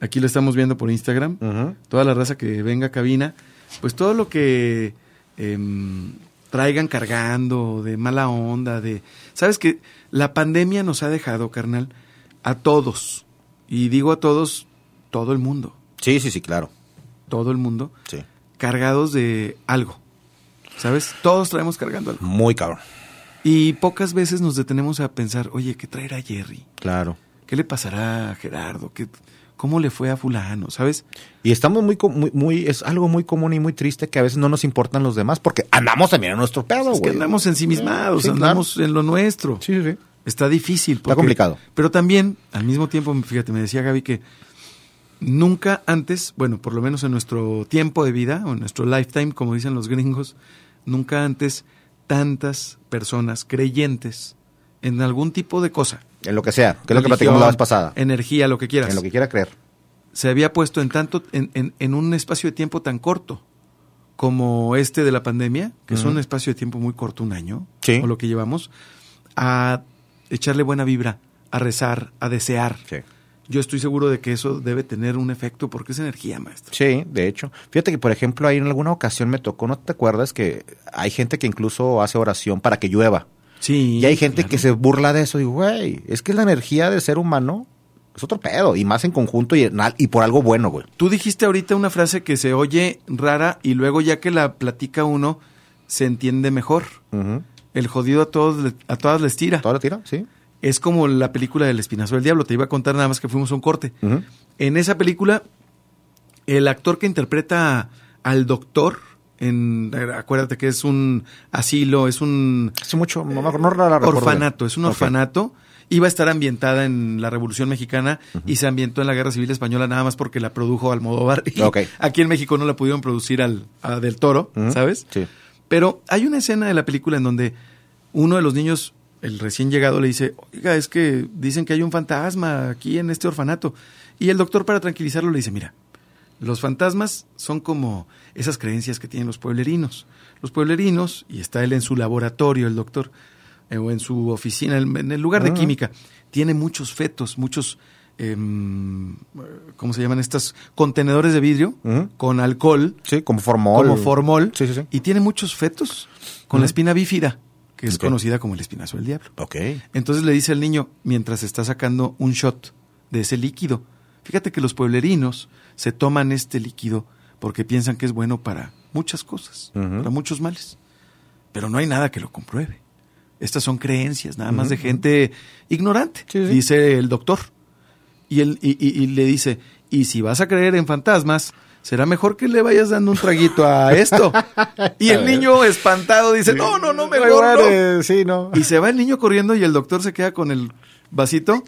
aquí lo estamos viendo por Instagram, Ujú. toda la raza que venga a cabina, pues todo lo que em, traigan cargando, de mala onda, de... Sabes que la pandemia nos ha dejado, carnal, a todos, y digo a todos, todo el mundo, Sí, sí, sí, claro. todo el mundo, Sí. cargados de algo. ¿Sabes? Todos traemos cargando algo. Muy cabrón. Y pocas veces nos detenemos a pensar, oye, ¿qué traerá Jerry? Claro. ¿Qué le pasará a Gerardo? ¿Qué, ¿Cómo le fue a fulano? ¿Sabes? Y estamos muy, co- muy, muy, es algo muy común y muy triste que a veces no nos importan los demás porque andamos también en nuestro pedo, güey. Es que andamos ensimismados, Sí, claro. andamos en lo nuestro. Sí, sí, sí. Está difícil. porque- complicado. Pero también, al mismo tiempo, fíjate, me decía Gaby que nunca antes, bueno, por lo menos en nuestro tiempo de vida, o en nuestro lifetime, como dicen los gringos, nunca antes tantas personas creyentes en algún tipo de cosa. En lo que sea, que es lo que Religión, platicamos la vez pasada. En, Energía, lo que quieras. lo que quiera creer. Se había puesto en tanto, en, en- en un espacio de tiempo tan corto como este de la pandemia, que es Ujú. un espacio de tiempo muy corto, un año, Sí. o lo que llevamos, a echarle buena vibra, a rezar, a desear. Sí. Yo estoy seguro de que eso debe tener un efecto porque es energía, maestro. Sí, de hecho. Fíjate que, por ejemplo, ahí en alguna ocasión me tocó, ¿no te acuerdas? Que hay gente que incluso hace oración para que llueva. Sí. Y hay gente claro. que se burla de eso. Digo, güey, es que la energía del ser humano es otro pedo. Y más en conjunto y, en al- y por algo bueno, güey. Tú dijiste ahorita una frase que se oye rara y luego ya que la platica uno, se entiende mejor. Ujú. El jodido a, todos, le- a todas les tira. ¿Toda la tira? Sí. es como la película del Espinazo del Diablo. Te iba a contar nada más que fuimos a un corte. Ujú. En esa película, el actor que interpreta al doctor, en, acuérdate que es un asilo, es un Hace mucho, no, me acuerdo, no la recuerdo bien. orfanato, es un Ok. orfanato, iba a estar ambientada en la Revolución Mexicana uh -huh. y se ambientó en la Guerra Civil Española nada más porque la produjo Almodóvar. Y okay. Aquí en México no la pudieron producir al a Del Toro, uh -huh. ¿sabes? Sí. Pero hay una escena de la película en donde uno de los niños, el recién llegado, le dice, oiga, es que dicen que hay un fantasma aquí en este orfanato. Y el doctor para tranquilizarlo le dice, mira, los fantasmas son como esas creencias que tienen los pueblerinos. Los pueblerinos, y está él en su laboratorio, el doctor, eh, o en su oficina, en el lugar de ah. química, tiene muchos fetos, muchos, eh, ¿cómo se llaman? Estos contenedores de vidrio Mm. uh -huh. con alcohol. Sí, como formol. Como formol. Sí, sí, sí. Y tiene muchos fetos con uh -huh. la espina bífida, que es okay. conocida como el espinazo del diablo. Ok. Entonces le dice al niño, mientras está sacando un shot de ese líquido, Fíjate que los pueblerinos se toman este líquido porque piensan que es bueno para muchas cosas, uh -huh. para muchos males. Pero no hay nada que lo compruebe. Estas son creencias, nada más uh -huh. de gente ignorante, sí, sí. dice el doctor. Y, él, y, y, y, le dice, y si vas a creer en fantasmas, será mejor que le vayas dando un traguito a esto. y el niño espantado dice, sí. no, no, no, mejor no. Sí, no. Y se va el niño corriendo y el doctor se queda con el vasito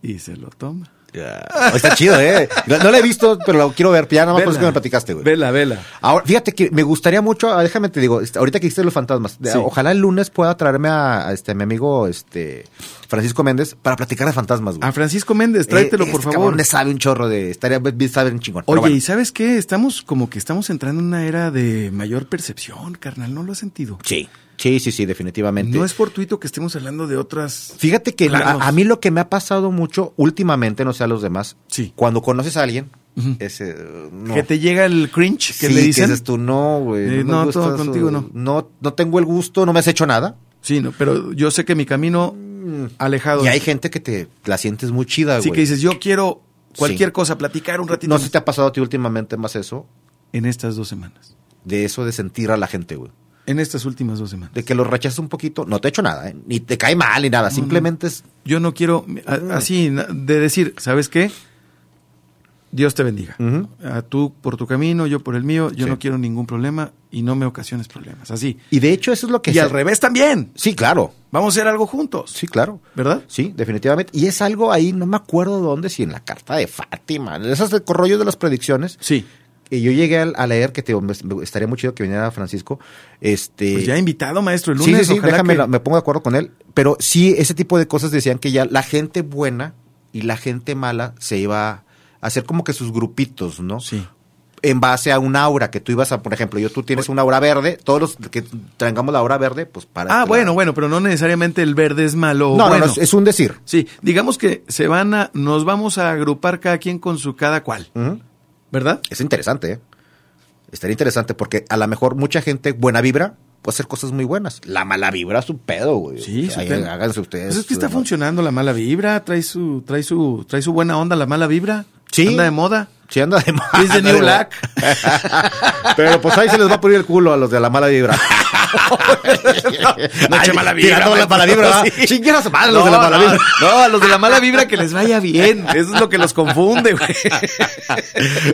y se lo toma. Yeah. Oh, está chido, ¿eh? No, no, la he visto, pero lo quiero ver. Ya nada más por eso que me platicaste, güey. Vela, vela. Ahora, fíjate que me gustaría mucho, ah, déjame te digo, este, ahorita que hiciste los fantasmas, sí. ojalá el lunes pueda traerme a, a, este, a mi amigo este Francisco Méndez para platicar de fantasmas, güey. A Francisco Méndez, Ah, tráetelo, eh, por este favor. le sabe un chorro de. Estaría sabe un chingón. Oye, bueno. ¿y sabes qué? Estamos como que estamos entrando en una era de mayor percepción, carnal. ¿No lo has sentido? Sí. Sí, sí, sí, definitivamente. No es fortuito que estemos hablando de otras. Fíjate que a, a, mí lo que me ha pasado mucho últimamente, no sé a los demás, sí. cuando conoces a alguien, uh -huh. ese, no. que te llega el cringe que sí, le dicen. Que dices tú, no, güey. Eh, no, no todo contigo no. no. No tengo el gusto, no me has hecho nada. Sí, no, pero yo sé que mi camino alejado. Mm. Y hay gente que te la sientes muy chida, güey. Sí, que dices, yo quiero cualquier sí. cosa, platicar un ratito. No sé si te ha pasado a ti últimamente más eso. En estas dos semanas. De eso de sentir a la gente, güey. En estas últimas dos semanas. De que lo rechazas un poquito, no te he hecho nada, ¿eh? ni te cae mal ni nada, no, simplemente es... Yo no quiero, a, así, de decir, ¿sabes qué? Dios te bendiga. Uh -huh. A tú por tu camino, yo por el mío, yo sí. no quiero ningún problema y no me ocasiones problemas, así. Y de hecho eso es lo que... Y sea. al revés también. Sí, claro. Vamos a hacer algo juntos. Sí, claro. ¿Verdad? Sí, definitivamente. Y es algo ahí, no me acuerdo dónde, si en la carta de Fátima, en esas de rollo de las predicciones. Sí. Y yo llegué a, leer que te estaría muy chido que viniera Francisco. Este, pues ya invitado, maestro, el lunes. Sí, sí, sí déjame, que... me pongo de acuerdo con él. Pero sí, ese tipo de cosas decían que ya la gente buena y la gente mala se iba a hacer como que sus grupitos, ¿no? Sí. En base a un aura que tú ibas a, por ejemplo, yo tú tienes una aura verde, todos los que traigamos la aura verde, pues para. Ah, este bueno, lado. bueno, pero no necesariamente el verde es malo. No, bueno. no, no, es un decir. Sí, digamos que se van a, nos vamos a agrupar cada quien con su cada cual. Uh -huh. ¿verdad? Es interesante, ¿eh? Estaría interesante porque a lo mejor mucha gente buena vibra puede hacer cosas muy buenas. La mala vibra su pedo, güey. Sí, o sea, ahí, háganse ustedes. Pues es que está demás. funcionando la mala vibra, trae su, trae su, trae su buena onda la mala vibra. Sí. Anda de moda. Sí, anda de moda. Es de New Black. Pero pues ahí se les va a poner el culo a los de la mala vibra. no, Noche mala vibra. Tirando la mala vibra. Sí. a los no, de la mala vibra. No, a los de la mala vibra que les vaya bien. Eso es lo que los confunde, güey.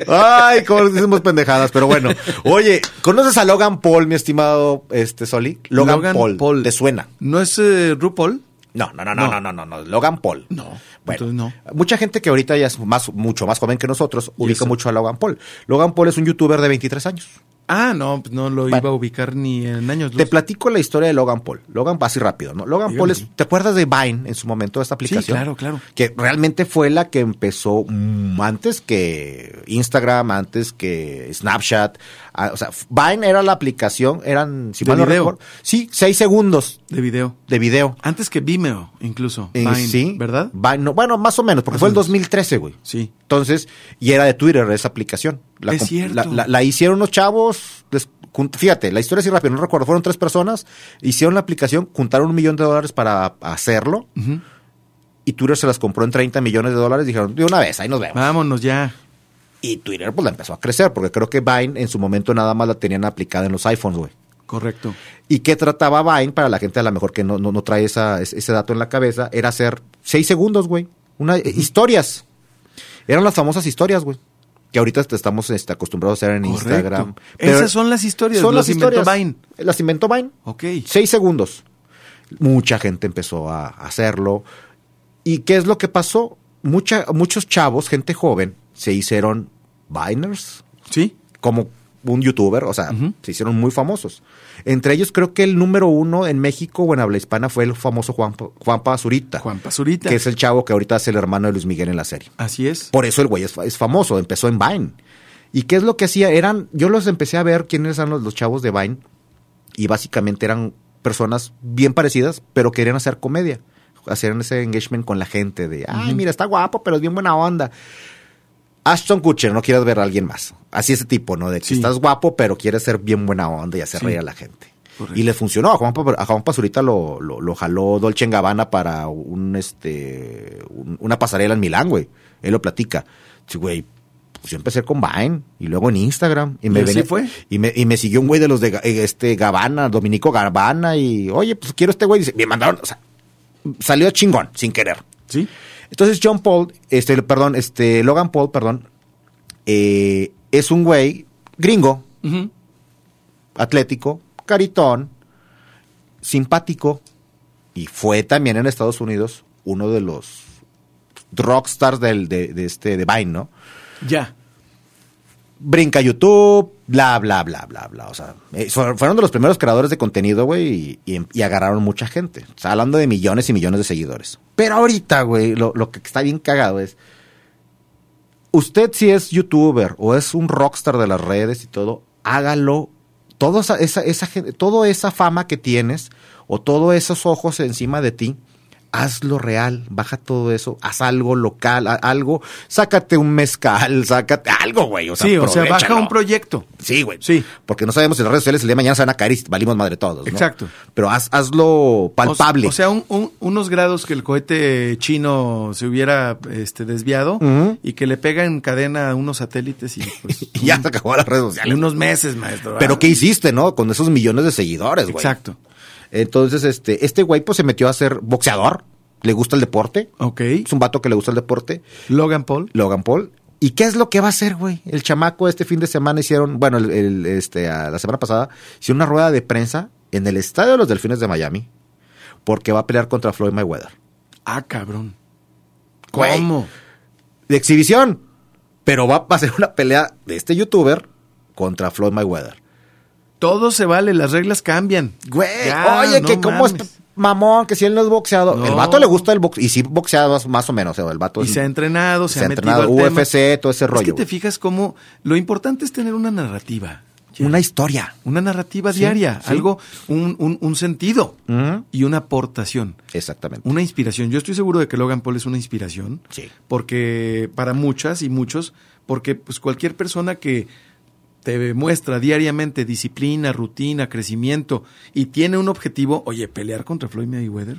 Ay, como decimos pendejadas, pero bueno. Oye, ¿conoces a Logan Paul, mi estimado este Soli? Logan, Logan Paul. Paul. ¿Te suena? ¿No es eh, RuPaul? No, no, no, no, no, no, no, no, Logan Paul. No. Bueno, no. mucha gente que ahorita ya es más, mucho más joven que nosotros ubica mucho a Logan Paul. Logan Paul es un youtuber de 23 años. Ah, no, no lo bueno, iba a ubicar ni en años. Luz. Te platico la historia de Logan Paul. Logan va así rápido, ¿no? Logan Dígame. Paul es, ¿te acuerdas de Vine en su momento, esta aplicación? Sí, claro, claro. Que realmente fue la que empezó mmm, antes que Instagram, antes que Snapchat. Ah, o sea, Vine era la aplicación, eran, si de mal video. No sí, seis segundos. De video. De video. Antes que Vimeo, incluso. Eh, Vine, sí. ¿Verdad? Vine, no, bueno, más o menos, porque más fue el 2013, güey. Sí. Entonces, y era de Twitter esa aplicación. La, es cierto. La, la, la, hicieron unos chavos, les, fíjate, la historia es rápida, no recuerdo, fueron tres personas, hicieron la aplicación, juntaron un millón de dólares para hacerlo, uh -huh. y Twitter se las compró en 30 millones de dólares, dijeron, de una vez, ahí nos vemos. Vámonos ya. Y Twitter pues la empezó a crecer, porque creo que Vine en su momento nada más la tenían aplicada en los iPhones, güey. Correcto. ¿Y qué trataba Vine para la gente a lo mejor que no, no, no trae esa, ese dato en la cabeza? Era hacer seis segundos, güey. Una, uh -huh. Historias. Eran las famosas historias, güey que ahorita estamos este, acostumbrados a hacer en Correcto. Instagram. Pero Esas son las historias. Son las, las inventó historias. Vine. Las inventó Vine. Ok. Seis segundos. Mucha gente empezó a hacerlo. ¿Y qué es lo que pasó? Mucha, muchos chavos, gente joven, se hicieron Biners. Sí. Como un youtuber, o sea, Ujú. se hicieron muy famosos. Entre ellos creo que el número uno en México o en habla hispana fue el famoso Juan, Juanpa Zurita, Juan Pazurita. que es el chavo que ahorita es el hermano de Luis Miguel en la serie. Así es. Por eso el güey es, fa- es famoso, empezó en Vine. ¿Y qué es lo que hacía? Eran, yo los empecé a ver quiénes eran los, los chavos de Vine y básicamente eran personas bien parecidas, pero querían hacer comedia. Hacían ese engagement con la gente de, ay, mira, está guapo, pero es bien buena onda. Ashton Kutcher, no quieres ver a alguien más. Así ese tipo, ¿no? De que Sí. estás guapo, pero quieres ser bien buena onda y hacer Sí. reír a la gente. Correcto. Y le funcionó. A Juan, Pa- a Juan Pazurita lo, lo, lo jaló Dolce en Gabbana para un, este, un- una pasarela en Milán, güey. Él lo platica. Sí, güey, pues yo empecé con Vine y luego en Instagram. Y, me ¿Y así venía- fue? Y me, y me siguió un güey de los de Ga- eh, este, Gabbana, Dominico Gabbana. Y, oye, pues quiero este güey. Dice, me mandaron, o sea, salió chingón, sin querer. Sí. Entonces John Paul, este, perdón, este, Logan Paul, perdón, eh, es un güey gringo, Ujú. atlético, caritón, simpático, y fue también en Estados Unidos uno de los rockstars del, de, de este, de Vine, ¿no? Ya. Brinca YouTube, bla, bla, bla, bla, bla. O sea, eh, so- fueron de los primeros creadores de contenido, güey, y, y- y agarraron mucha gente. O sea, hablando de millones y millones de seguidores. Pero ahorita, güey, lo, lo que está bien cagado es. Usted, si es youtuber o es un rockstar de las redes y todo, hágalo. Toda esa, esa, esa gen- toda esa fama que tienes o todos esos ojos encima de ti, hazlo real. Baja todo eso. Haz algo local, ha- algo. Sácate un mezcal, sácate algo, güey. O sea, sí, o sea, baja aprovéchalo. un proyecto. Sí, güey. Sí. Porque no sabemos si las redes sociales el día de mañana se van a caer y valimos madre todos. ¿no? Exacto. Pero haz- hazlo palpable. O, o sea, un- un- unos grados que el cohete chino se hubiera este, desviado Ujú. y que le pega en cadena a unos satélites y, pues, y ya se acabó las redes en sociales. unos meses, maestro. Pero Ah, ¿qué hiciste, no? Con esos millones de seguidores, güey. Exacto. Entonces, este, este güey pues se metió a ser boxeador. Le gusta el deporte. Ok. Es un vato que le gusta el deporte. Logan Paul. Logan Paul. ¿Y qué es lo que va a hacer, güey? El chamaco este fin de semana hicieron, bueno, el- el, este, a- la semana pasada, hicieron una rueda de prensa en el Estadio de los Delfines de Miami porque va a pelear contra Floyd Mayweather. Ah, cabrón. Güey. ¿Cómo? de exhibición. Pero va a ser una pelea de este youtuber contra Floyd Mayweather. Todo se vale, las reglas cambian. Güey, Ya, oye, no que cómo es mames. mamón, que si él no es boxeado. No. El vato le gusta el box y sí boxeado más, más o menos, o sea, el vato Y es- se ha entrenado, se, Pues, se ha ha metido entrenado, al tema. UFC, todo ese rollo, Es que te güey. fijas cómo lo importante es tener una narrativa. una historia. Una narrativa Sí, diaria, sí. algo, un, un- un sentido Ujú. y una aportación, Exactamente. una inspiración. Yo estoy seguro de que Logan Paul es una inspiración, Sí. porque para muchas y muchos, porque pues cualquier persona que te muestra diariamente disciplina, rutina, crecimiento y tiene un objetivo, oye, pelear contra Floyd Mayweather,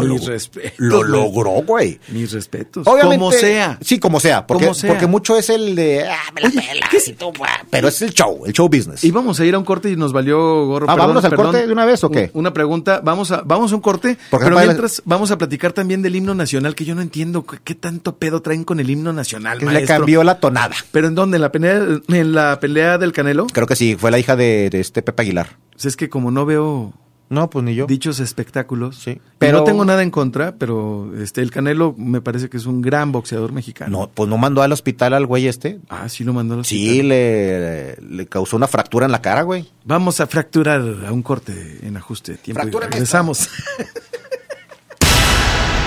Mis logró. respetos, Lo güey. logró, güey. mis respetos, Obviamente, como sea. Sí, como pues, sea. Porque, Como sea. porque mucho es el de. Ah, me la Oye, pelas ¿qué es- y tú, ah, Pero es el show, el show business. Íbamos a ir a un corte y nos valió gorro. Ah, ¿vámonos al corte de una vez o qué? Una pregunta, vamos a, vamos a un corte, Porque pero no para- mientras vamos a platicar también del himno nacional, que yo no entiendo qué, qué tanto pedo traen con el himno nacional, Que le maestro. cambió la tonada. ¿Pero en dónde? ¿En la pelea, en la pelea del Canelo? Creo que sí, fue la hija de, de este Pepe Aguilar. Pues es que como no veo No, pues ni yo. dichos espectáculos, Sí. y Pero- no tengo nada en contra, pero este el Canelo me parece que es un gran boxeador mexicano. No, pues no mandó al hospital al güey este. Ah, sí lo mandó a los Sí, le, le causó una fractura en la cara, güey. Vamos a fracturar a un corte en ajuste de tiempo. y Fractúrame esta. regresamos.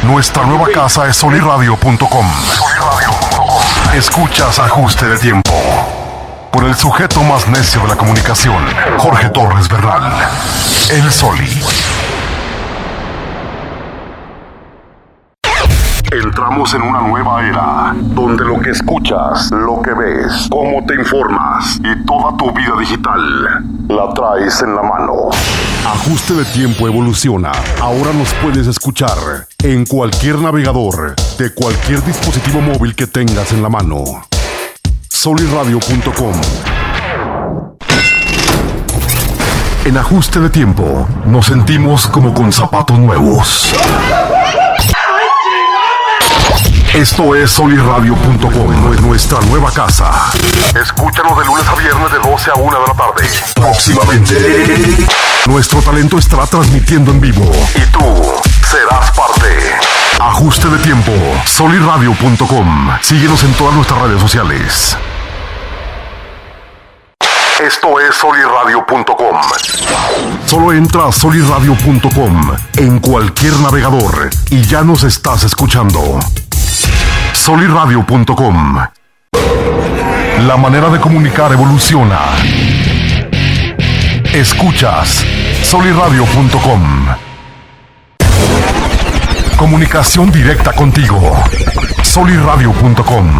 Nuestra nueva casa es soliradio.com. Escuchas ajuste de tiempo. Por el sujeto más necio de la comunicación, Jorge Torres Bernal. El Soli. Entramos en una nueva era, donde lo que escuchas, lo que ves, cómo te informas y toda tu vida digital la traes en la mano. Ajuste de tiempo evoluciona. Ahora nos puedes escuchar en cualquier navegador, de cualquier dispositivo móvil que tengas en la mano. Soliradio.com En ajuste de tiempo, nos sentimos como con zapatos nuevos. Esto es soliradio.com, nuestra nueva casa. Escúchanos de lunes a viernes de 12 a 1 de la tarde. Próximamente. Nuestro talento estará transmitiendo en vivo. Y tú serás parte. Ajuste de tiempo. Soliradio.com. Síguenos en todas nuestras redes sociales. Esto es soliradio.com. Solo entra a soliradio.com en cualquier navegador y ya nos estás escuchando. soliradio.com. La manera de comunicar evoluciona. Escuchas soliradio.com. Comunicación directa contigo. soliradio.com.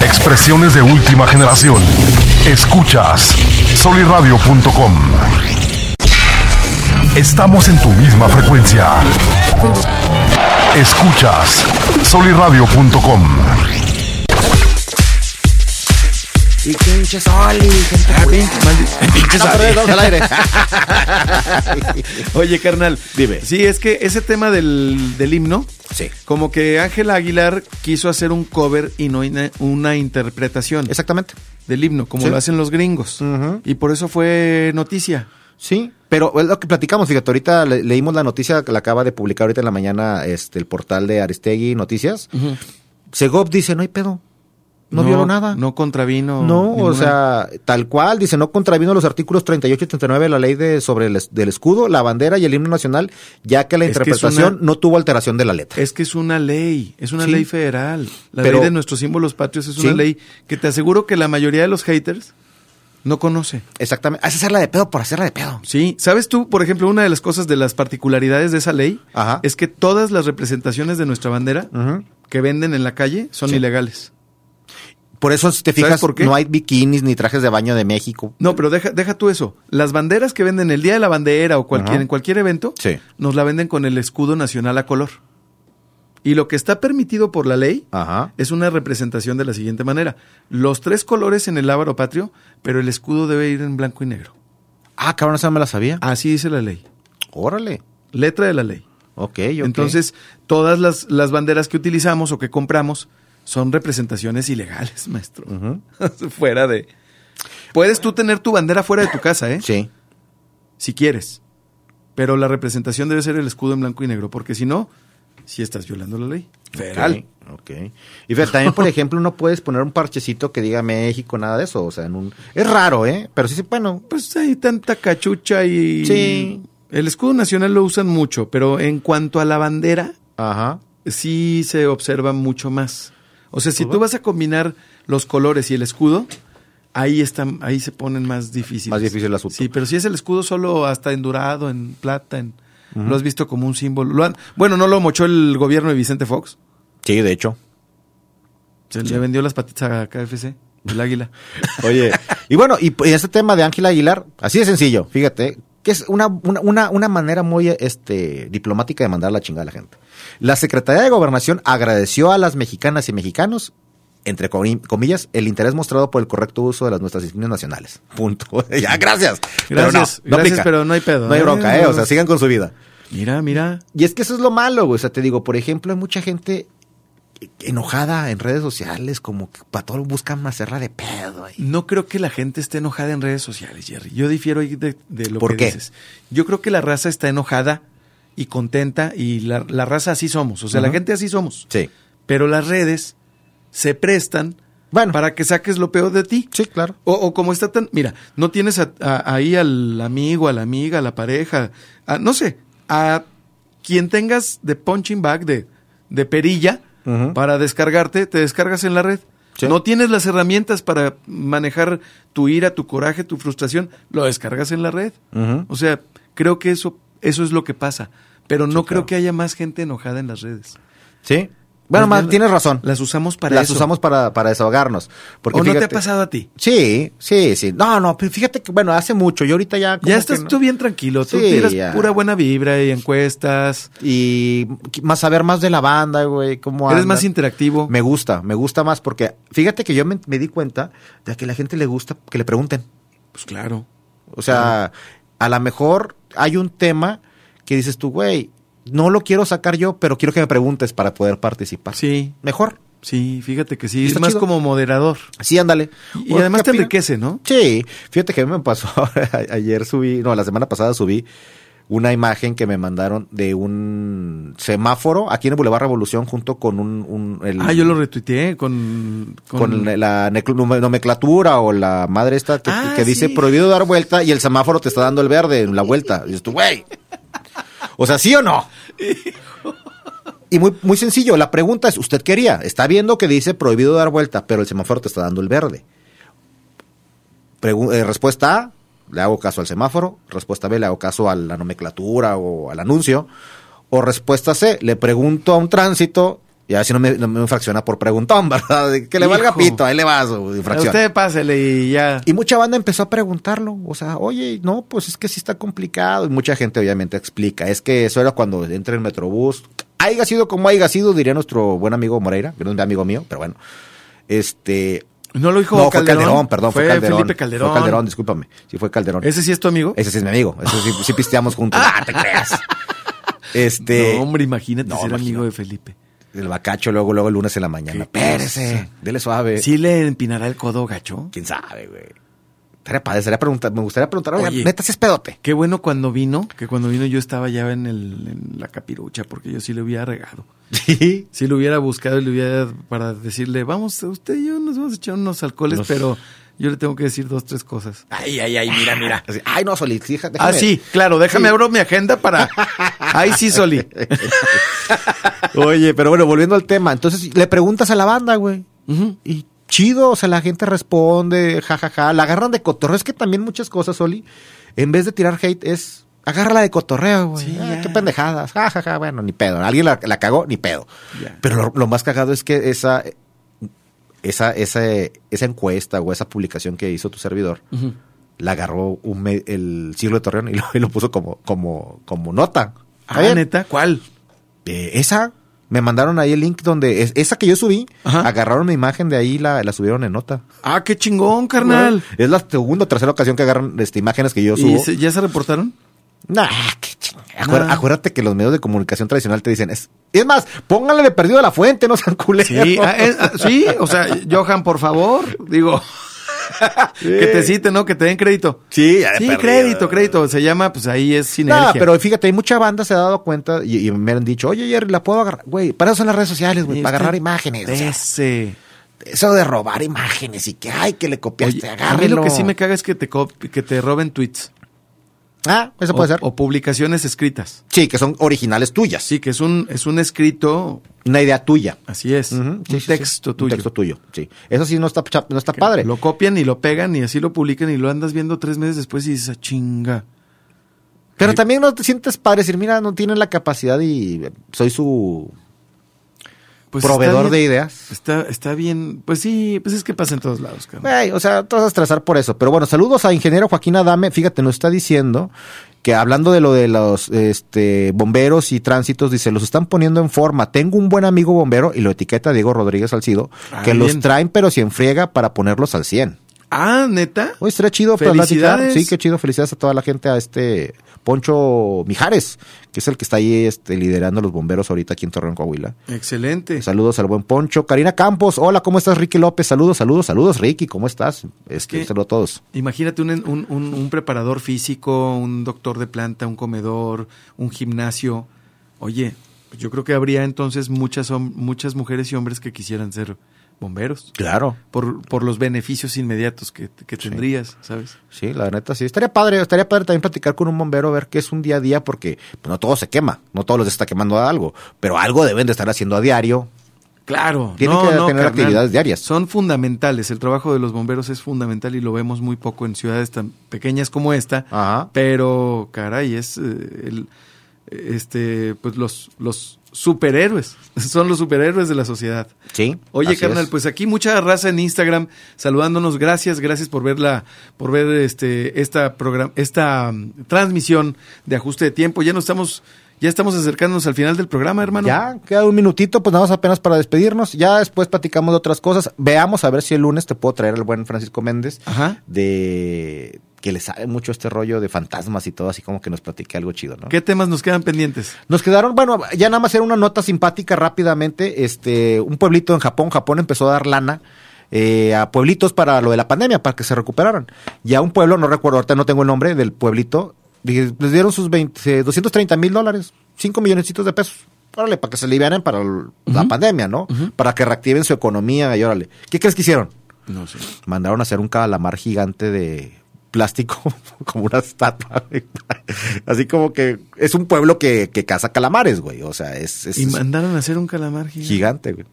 Expresiones de última generación. Escuchas soliradio.com. Estamos en tu misma frecuencia. Escuchas soliradio.com. Y pinche Soli, gente Pinches Ah, No, pero aves. vamos al aire. Oye, carnal. Dime. Sí, es que ese tema del, del himno, Sí. como que Ángel Aguilar quiso hacer un cover y no una, una interpretación Exactamente. del himno, como Sí. lo hacen los gringos. Ujú. Y por eso fue noticia. Sí, pero es lo que platicamos, fíjate, ahorita le- leímos la noticia que la acaba de publicar ahorita en la mañana este, el portal de Aristegui Noticias. Segov dice, no hay pedo, no, violó nada. No contravino. No, o ninguna- sea, tal cual, dice, no contravino los artículos 38 y 39 de la ley de, sobre el, es- del escudo, la bandera y el himno nacional, ya que la Es que es interpretación una- no tuvo alteración de la letra. Es que es una ley, es una Sí. ley federal. La Pero- ley de nuestros símbolos patrios es una Sí. ley que te aseguro que la mayoría de los haters no conoce. Exactamente. Haz hacerla de pedo por hacerla de pedo. Sí, ¿sabes tú, por ejemplo, una de las cosas de las particularidades de esa ley Ajá. es que todas las representaciones de nuestra bandera Ujú. que venden en la calle son Sí. ilegales? Por eso, si te ¿Sabes fijas, por qué? no hay bikinis ni trajes de baño de México. No, pero deja, deja tú eso. Las banderas que venden el día de la bandera o cualquier, Ajá. en cualquier evento, Sí. nos la venden con el escudo nacional a color. Y lo que está permitido por la ley Ajá. es una representación de la siguiente manera: los tres colores en el lábaro patrio, pero el escudo debe ir en blanco y negro. Ah, cabrón, esa no me la sabía. Así dice la ley, Órale. letra de la ley. Ok, ok. Entonces, todas las, las banderas que utilizamos o que compramos son representaciones ilegales, maestro. ¿eh? fuera de. Puedes tú tener tu bandera fuera de tu casa, ¿eh? Sí. Si quieres. Pero la representación debe ser el escudo en blanco y negro, porque si no, si estás violando la ley. Federal. Ok, ok. Y fíjate, también, por ejemplo, no puedes poner un parchecito que diga México, nada de eso. O sea, en un... es raro, ¿eh? Pero sí, sí, bueno. Pues hay tanta cachucha y. Sí. El escudo nacional lo usan mucho, pero en cuanto a la bandera, Ajá. sí se observa mucho más. O sea, si tú vas a combinar los colores y el escudo, ahí están, ahí se ponen más difíciles. Más difícil el asunto. Sí, pero si es el escudo solo hasta en dorado, en plata, en lo has visto como un símbolo. Lo han- bueno, no lo mochó el gobierno de Vicente Fox. Sí, de hecho. Se le vendió las patitas a KFC, el águila. Oye, y bueno, y, y este tema de Ángela Aguilar, así de sencillo, fíjate, que es una, una, una, una manera muy este, diplomática de mandar a la chingada a la gente. La Secretaría de Gobernación agradeció a las mexicanas y mexicanos, entre comi- comillas, el interés mostrado por el correcto uso de las nuestras insignias nacionales. Punto. ya, gracias. Pero no, Gracias, no gracias, aplica. pero no hay pedo, No hay ¿eh? bronca, ¿eh? No, O sea, no. sigan con su vida. Mira, mira. Y es que eso es lo malo, güey. O sea, te digo, por ejemplo, hay mucha gente enojada en redes sociales, como que para todo buscan hacerla de pedo. ahí. No creo que la gente esté enojada en redes sociales, Jerry. Yo difiero ahí de, de lo ¿Por que qué? dices. Yo creo que la raza está enojada y contenta y la, la raza así somos. O sea, la Ujú. gente así somos. Sí. Pero las redes se prestan Bueno. para que saques lo peor de ti. Sí, claro. O, o como está tan... Mira, no tienes a- a- ahí al amigo, a la amiga, a la pareja, a- no sé, a quien tengas de punching bag, de, de perilla, Ujú. para descargarte, te descargas en la red. Sí. No tienes las herramientas para manejar tu ira, tu coraje, tu frustración, lo descargas en la red. Ujú. O sea, creo que eso, eso es lo que pasa. Pero no creo Sí, claro. que haya más gente enojada en las redes. Sí. Bueno, Más más, bien, tienes razón. Las usamos para Las eso. usamos para, para desahogarnos. Porque ¿O no te ha fíjate- pasado a ti? Sí, sí, sí. No, no, pero fíjate que, bueno, hace mucho. Yo ahorita ya. como Ya que estás no. tú bien tranquilo, tú Sí, tiras ya. pura buena vibra y encuestas, Y qu- más saber más de la banda, güey. Cómo eres andan. más interactivo. Me gusta, me gusta más porque fíjate que yo me, me di cuenta de que a la gente le gusta que le pregunten. Pues claro. O sea, a lo mejor hay un tema que dices tú, güey, no lo quiero sacar yo, pero quiero que me preguntes para poder participar. Sí, Mejor. sí, fíjate que sí, es Está más chido. como moderador. Sí, ándale. Y Oye, además ¿qué te opinas? enriquece, ¿no? Sí, fíjate que a mí me pasó, a- ayer subí, no, la semana pasada subí una imagen que me mandaron de un semáforo aquí en el Boulevard Revolución junto con un... un el, ah, yo lo retuiteé con... Mm. Con, con la nomenclatura o la madre esta que, ah, que dice sí. prohibido dar vuelta y el semáforo te está dando el verde en la vuelta. Y dices tú, güey. O sea, ¿sí o no? Y muy, muy sencillo, la pregunta es, ¿usted quería? Está viendo que dice prohibido dar vuelta, pero el semáforo te está dando el verde. Pregu eh, respuesta A, le hago caso al semáforo. Respuesta B, le hago caso a la nomenclatura o al anuncio. O respuesta C, le pregunto a un tránsito. Y a ver si no me, no me infracciona por preguntón, ¿verdad? Que le Hijo. valga pito, ahí le vas, infracción. A usted pásele y ya. Y mucha banda empezó a preguntarlo. O sea, oye, no, pues es que sí está complicado. Y mucha gente obviamente explica. Es que eso era cuando entra el Metrobús. Haiga sido como haiga sido, diría nuestro buen amigo Moreira, que no es mi amigo mío, pero bueno. Este, no lo dijo no, Calderón. Fue Calderón, perdón, fue, Calderón. Felipe Calderón. Fue Calderón, discúlpame. Sí, fue Calderón. ¿Ese sí es tu amigo? Ese sí es mi amigo. Ese sí, sí pisteamos juntos. ¡Ah, te creas! Este. No, hombre, imagínate no, ser imagino. amigo de Felipe. El bacacho, luego, luego el lunes en la mañana. Pérese, dele suave. ¿Sí le empinará el codo, gacho? Quién sabe, güey. Estaría padre, estaría preguntar, me gustaría preguntar, oye, oye neta, si es pedote. Qué bueno cuando vino, que cuando vino yo estaba ya en, el, en la capirucha, porque yo sí le hubiera regado. Sí. Sí lo hubiera buscado y le hubiera para decirle, vamos, usted y yo nos vamos a echar unos alcoholes, Los... pero yo le tengo que decir dos, tres cosas. Ay, ay, ay, mira, mira. Ay, no, Soli, déjame. Ah, sí, claro, déjame sí. abro mi agenda para. Ay, sí, Soli. oye, pero bueno, volviendo al tema, entonces le preguntas a la banda, güey. Uh -huh. Y chido, o sea, la gente responde, jajaja, ja, ja. la agarran de cotorreo. Es que también muchas cosas, Oli, en vez de tirar hate, es agárrala de cotorreo, güey. Sí, ah, qué pendejadas, jajaja, ja, bueno, ni pedo. Alguien la, la cagó, ni pedo. Ya. Pero lo, lo, más cagado es que esa, esa, esa, esa encuesta o esa publicación que hizo tu servidor. Uh -huh. La agarró un me, el siglo de Torreón y lo, y lo, puso como, como, como nota. Ah, bien? neta, ¿cuál? Eh, esa, me mandaron ahí el link donde es, esa que yo subí, Ajá. agarraron mi imagen de ahí y la, la subieron en nota. Ah, qué chingón, carnal. Es la segunda o tercera ocasión que agarran este, imágenes que yo subo. ¿Y se, ya se reportaron? Nah, qué chingón. Acuérdate, nah. acuérdate que los medios de comunicación tradicional te dicen, es, es más, pónganle de perdido a la fuente, no sean culeros. Sí, ah, es, ah, sí, o sea, Johan, por favor, digo. Sí. que te citen, ¿no? Que te den crédito. Sí, ya de sí perdido. crédito, crédito. Se llama, pues ahí es sinergia. Nah, pero fíjate, hay mucha banda se ha dado cuenta y, y me han dicho, oye, Jerry, la puedo agarrar. Güey, para eso son las redes sociales, güey, para agarrar imágenes. Ese. O sea, eso de robar imágenes y que, ay, que le copiaste, oye, agárrelo. A lo mí que sí me caga es que te, que te roben tweets. Ah, eso o, puede ser. O publicaciones escritas. Sí, que son originales tuyas. Sí, que es un, es un escrito. Una idea tuya. Así es. Uh -huh. un sí, texto sí, sí. tuyo. Un texto tuyo, sí. Eso sí no está, no está que padre. Lo copian y lo pegan y así lo publican y lo andas viendo tres meses después y dices, "Ah, chinga. Pero también no te sientes padre decir, mira, no tienen la capacidad y soy su pues proveedor bien, de ideas. Está, está bien. Pues sí, pues es que pasa en todos lados, Ey, o sea, te vas a estresar por eso. Pero bueno, saludos a ingeniero Joaquín Adame. Fíjate, nos está diciendo que hablando de lo de los este, bomberos y tránsitos, dice, los están poniendo en forma. Tengo un buen amigo bombero y lo etiqueta Diego Rodríguez Salcido, ah, que bien. los traen pero si enfriega para ponerlos al 100. Ah, neta. Oye, estaría chido platicar. Sí, qué chido. Felicidades a toda la gente, a este Poncho Mijares, que es el que está ahí este, liderando los bomberos ahorita aquí en Torreón, Coahuila. Excelente. Saludos al buen Poncho. Karina Campos, hola, ¿cómo estás, Ricky López? Saludos, saludos, saludos, Ricky, ¿cómo estás? Este, saludos a todos. Imagínate un, un, un, un preparador físico, un doctor de planta, un comedor, un gimnasio. Oye, yo creo que habría entonces muchas, muchas mujeres y hombres que quisieran ser bomberos. Claro. Por, por los beneficios inmediatos que, que tendrías, sí. ¿sabes? Sí, la neta sí. Estaría padre, estaría padre también platicar con un bombero, ver qué es un día a día, porque pues, no todo se quema, no todos los está quemando algo, pero algo deben de estar haciendo a diario. Claro. Tienen no, que no, tener carnal, actividades diarias. Son fundamentales. El trabajo de los bomberos es fundamental y lo vemos muy poco en ciudades tan pequeñas como esta. Ajá. Pero, caray, es eh, el, este, pues los, los superhéroes. Son los superhéroes de la sociedad. Sí. Oye, carnal, es. pues aquí mucha raza en Instagram saludándonos. Gracias, gracias por ver la, por ver este, esta programa, esta um, transmisión de ajuste de tiempo. Ya no estamos ya estamos acercándonos al final del programa, hermano. Ya, queda un minutito, pues nada más apenas para despedirnos. Ya después platicamos de otras cosas. Veamos a ver si el lunes te puedo traer al buen Francisco Méndez Ajá. de que le sabe mucho este rollo de fantasmas y todo, así como que nos platique algo chido, ¿no? ¿Qué temas nos quedan pendientes? Nos quedaron, bueno, ya nada más era una nota simpática rápidamente. Este, un pueblito en Japón, Japón empezó a dar lana. Eh, a pueblitos para lo de la pandemia, para que se recuperaran. Y a un pueblo, no recuerdo, ahorita no tengo el nombre del pueblito, les dieron sus 20, 230 mil dólares, 5 milloncitos de pesos. Órale, para que se liberen para el- la Ujú. pandemia, ¿no? Ujú. Para que reactiven su economía y órale. ¿Qué crees que hicieron? No sé. mandaron a hacer un calamar gigante de plástico, como una estatua. güey. Así como que es un pueblo que, que caza calamares, güey. O sea, es, Este es- Y es mandaron a hacer un calamar gigante. gigante, güey.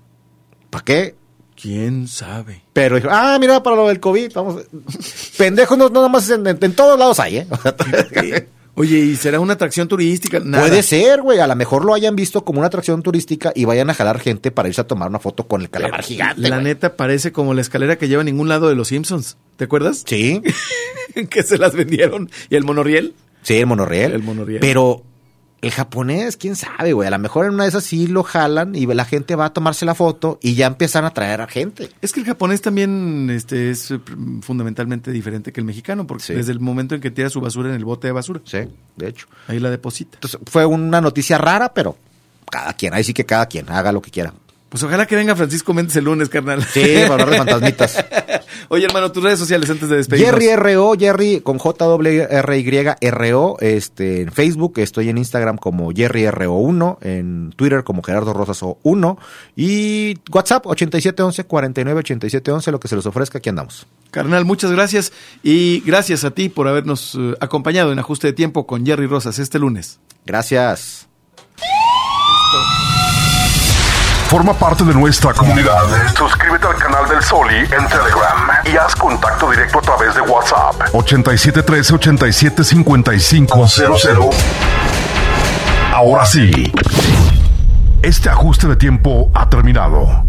¿Para qué? ¿Quién sabe? Pero dijo, ah, mira, para lo del COVID, vamos. Pendejos, no, nada más en, en- en todos lados hay, ¿eh? Oye, ¿y será una atracción turística? Nada. Puede ser, güey. A lo mejor lo hayan visto como una atracción turística y vayan a jalar gente para irse a tomar una foto con el calamar gigante. La güey. neta parece como la escalera que lleva a ningún lado de los Simpsons. ¿Te acuerdas? Sí. que se las vendieron. ¿Y el monorriel? Sí, el monorriel. El monorriel. Pero el japonés, quién sabe, güey. A lo mejor en una de esas sí lo jalan y la gente va a tomarse la foto y ya empiezan a traer a gente. Es que el japonés también este, es eh, pr- fundamentalmente diferente que el mexicano, porque Sí. desde el momento en que tira su basura en el bote de basura, Sí, de hecho. ahí la deposita. Entonces fue una noticia rara, pero cada quien, ahí sí que cada quien haga lo que quiera. Pues ojalá que venga Francisco Méndez el lunes, carnal. Sí, para hablar de fantasmitas. Oye, hermano, tus redes sociales antes de despedirnos. Jerry RO, Jerry con JWRYRO, este, en Facebook, estoy en Instagram como Jerry RO1, en Twitter como Gerardo Rosas O1 y WhatsApp 8711 49 8711, lo que se les ofrezca, aquí andamos. Carnal, muchas gracias y gracias a ti por habernos eh, acompañado en Ajuste de Tiempo con Jerry Rosas este lunes. Gracias. Forma parte de nuestra comunidad. Suscríbete al canal del Soli en Telegram y haz contacto directo a través de WhatsApp. 8713 875500. Ahora sí. Este ajuste de tiempo ha terminado.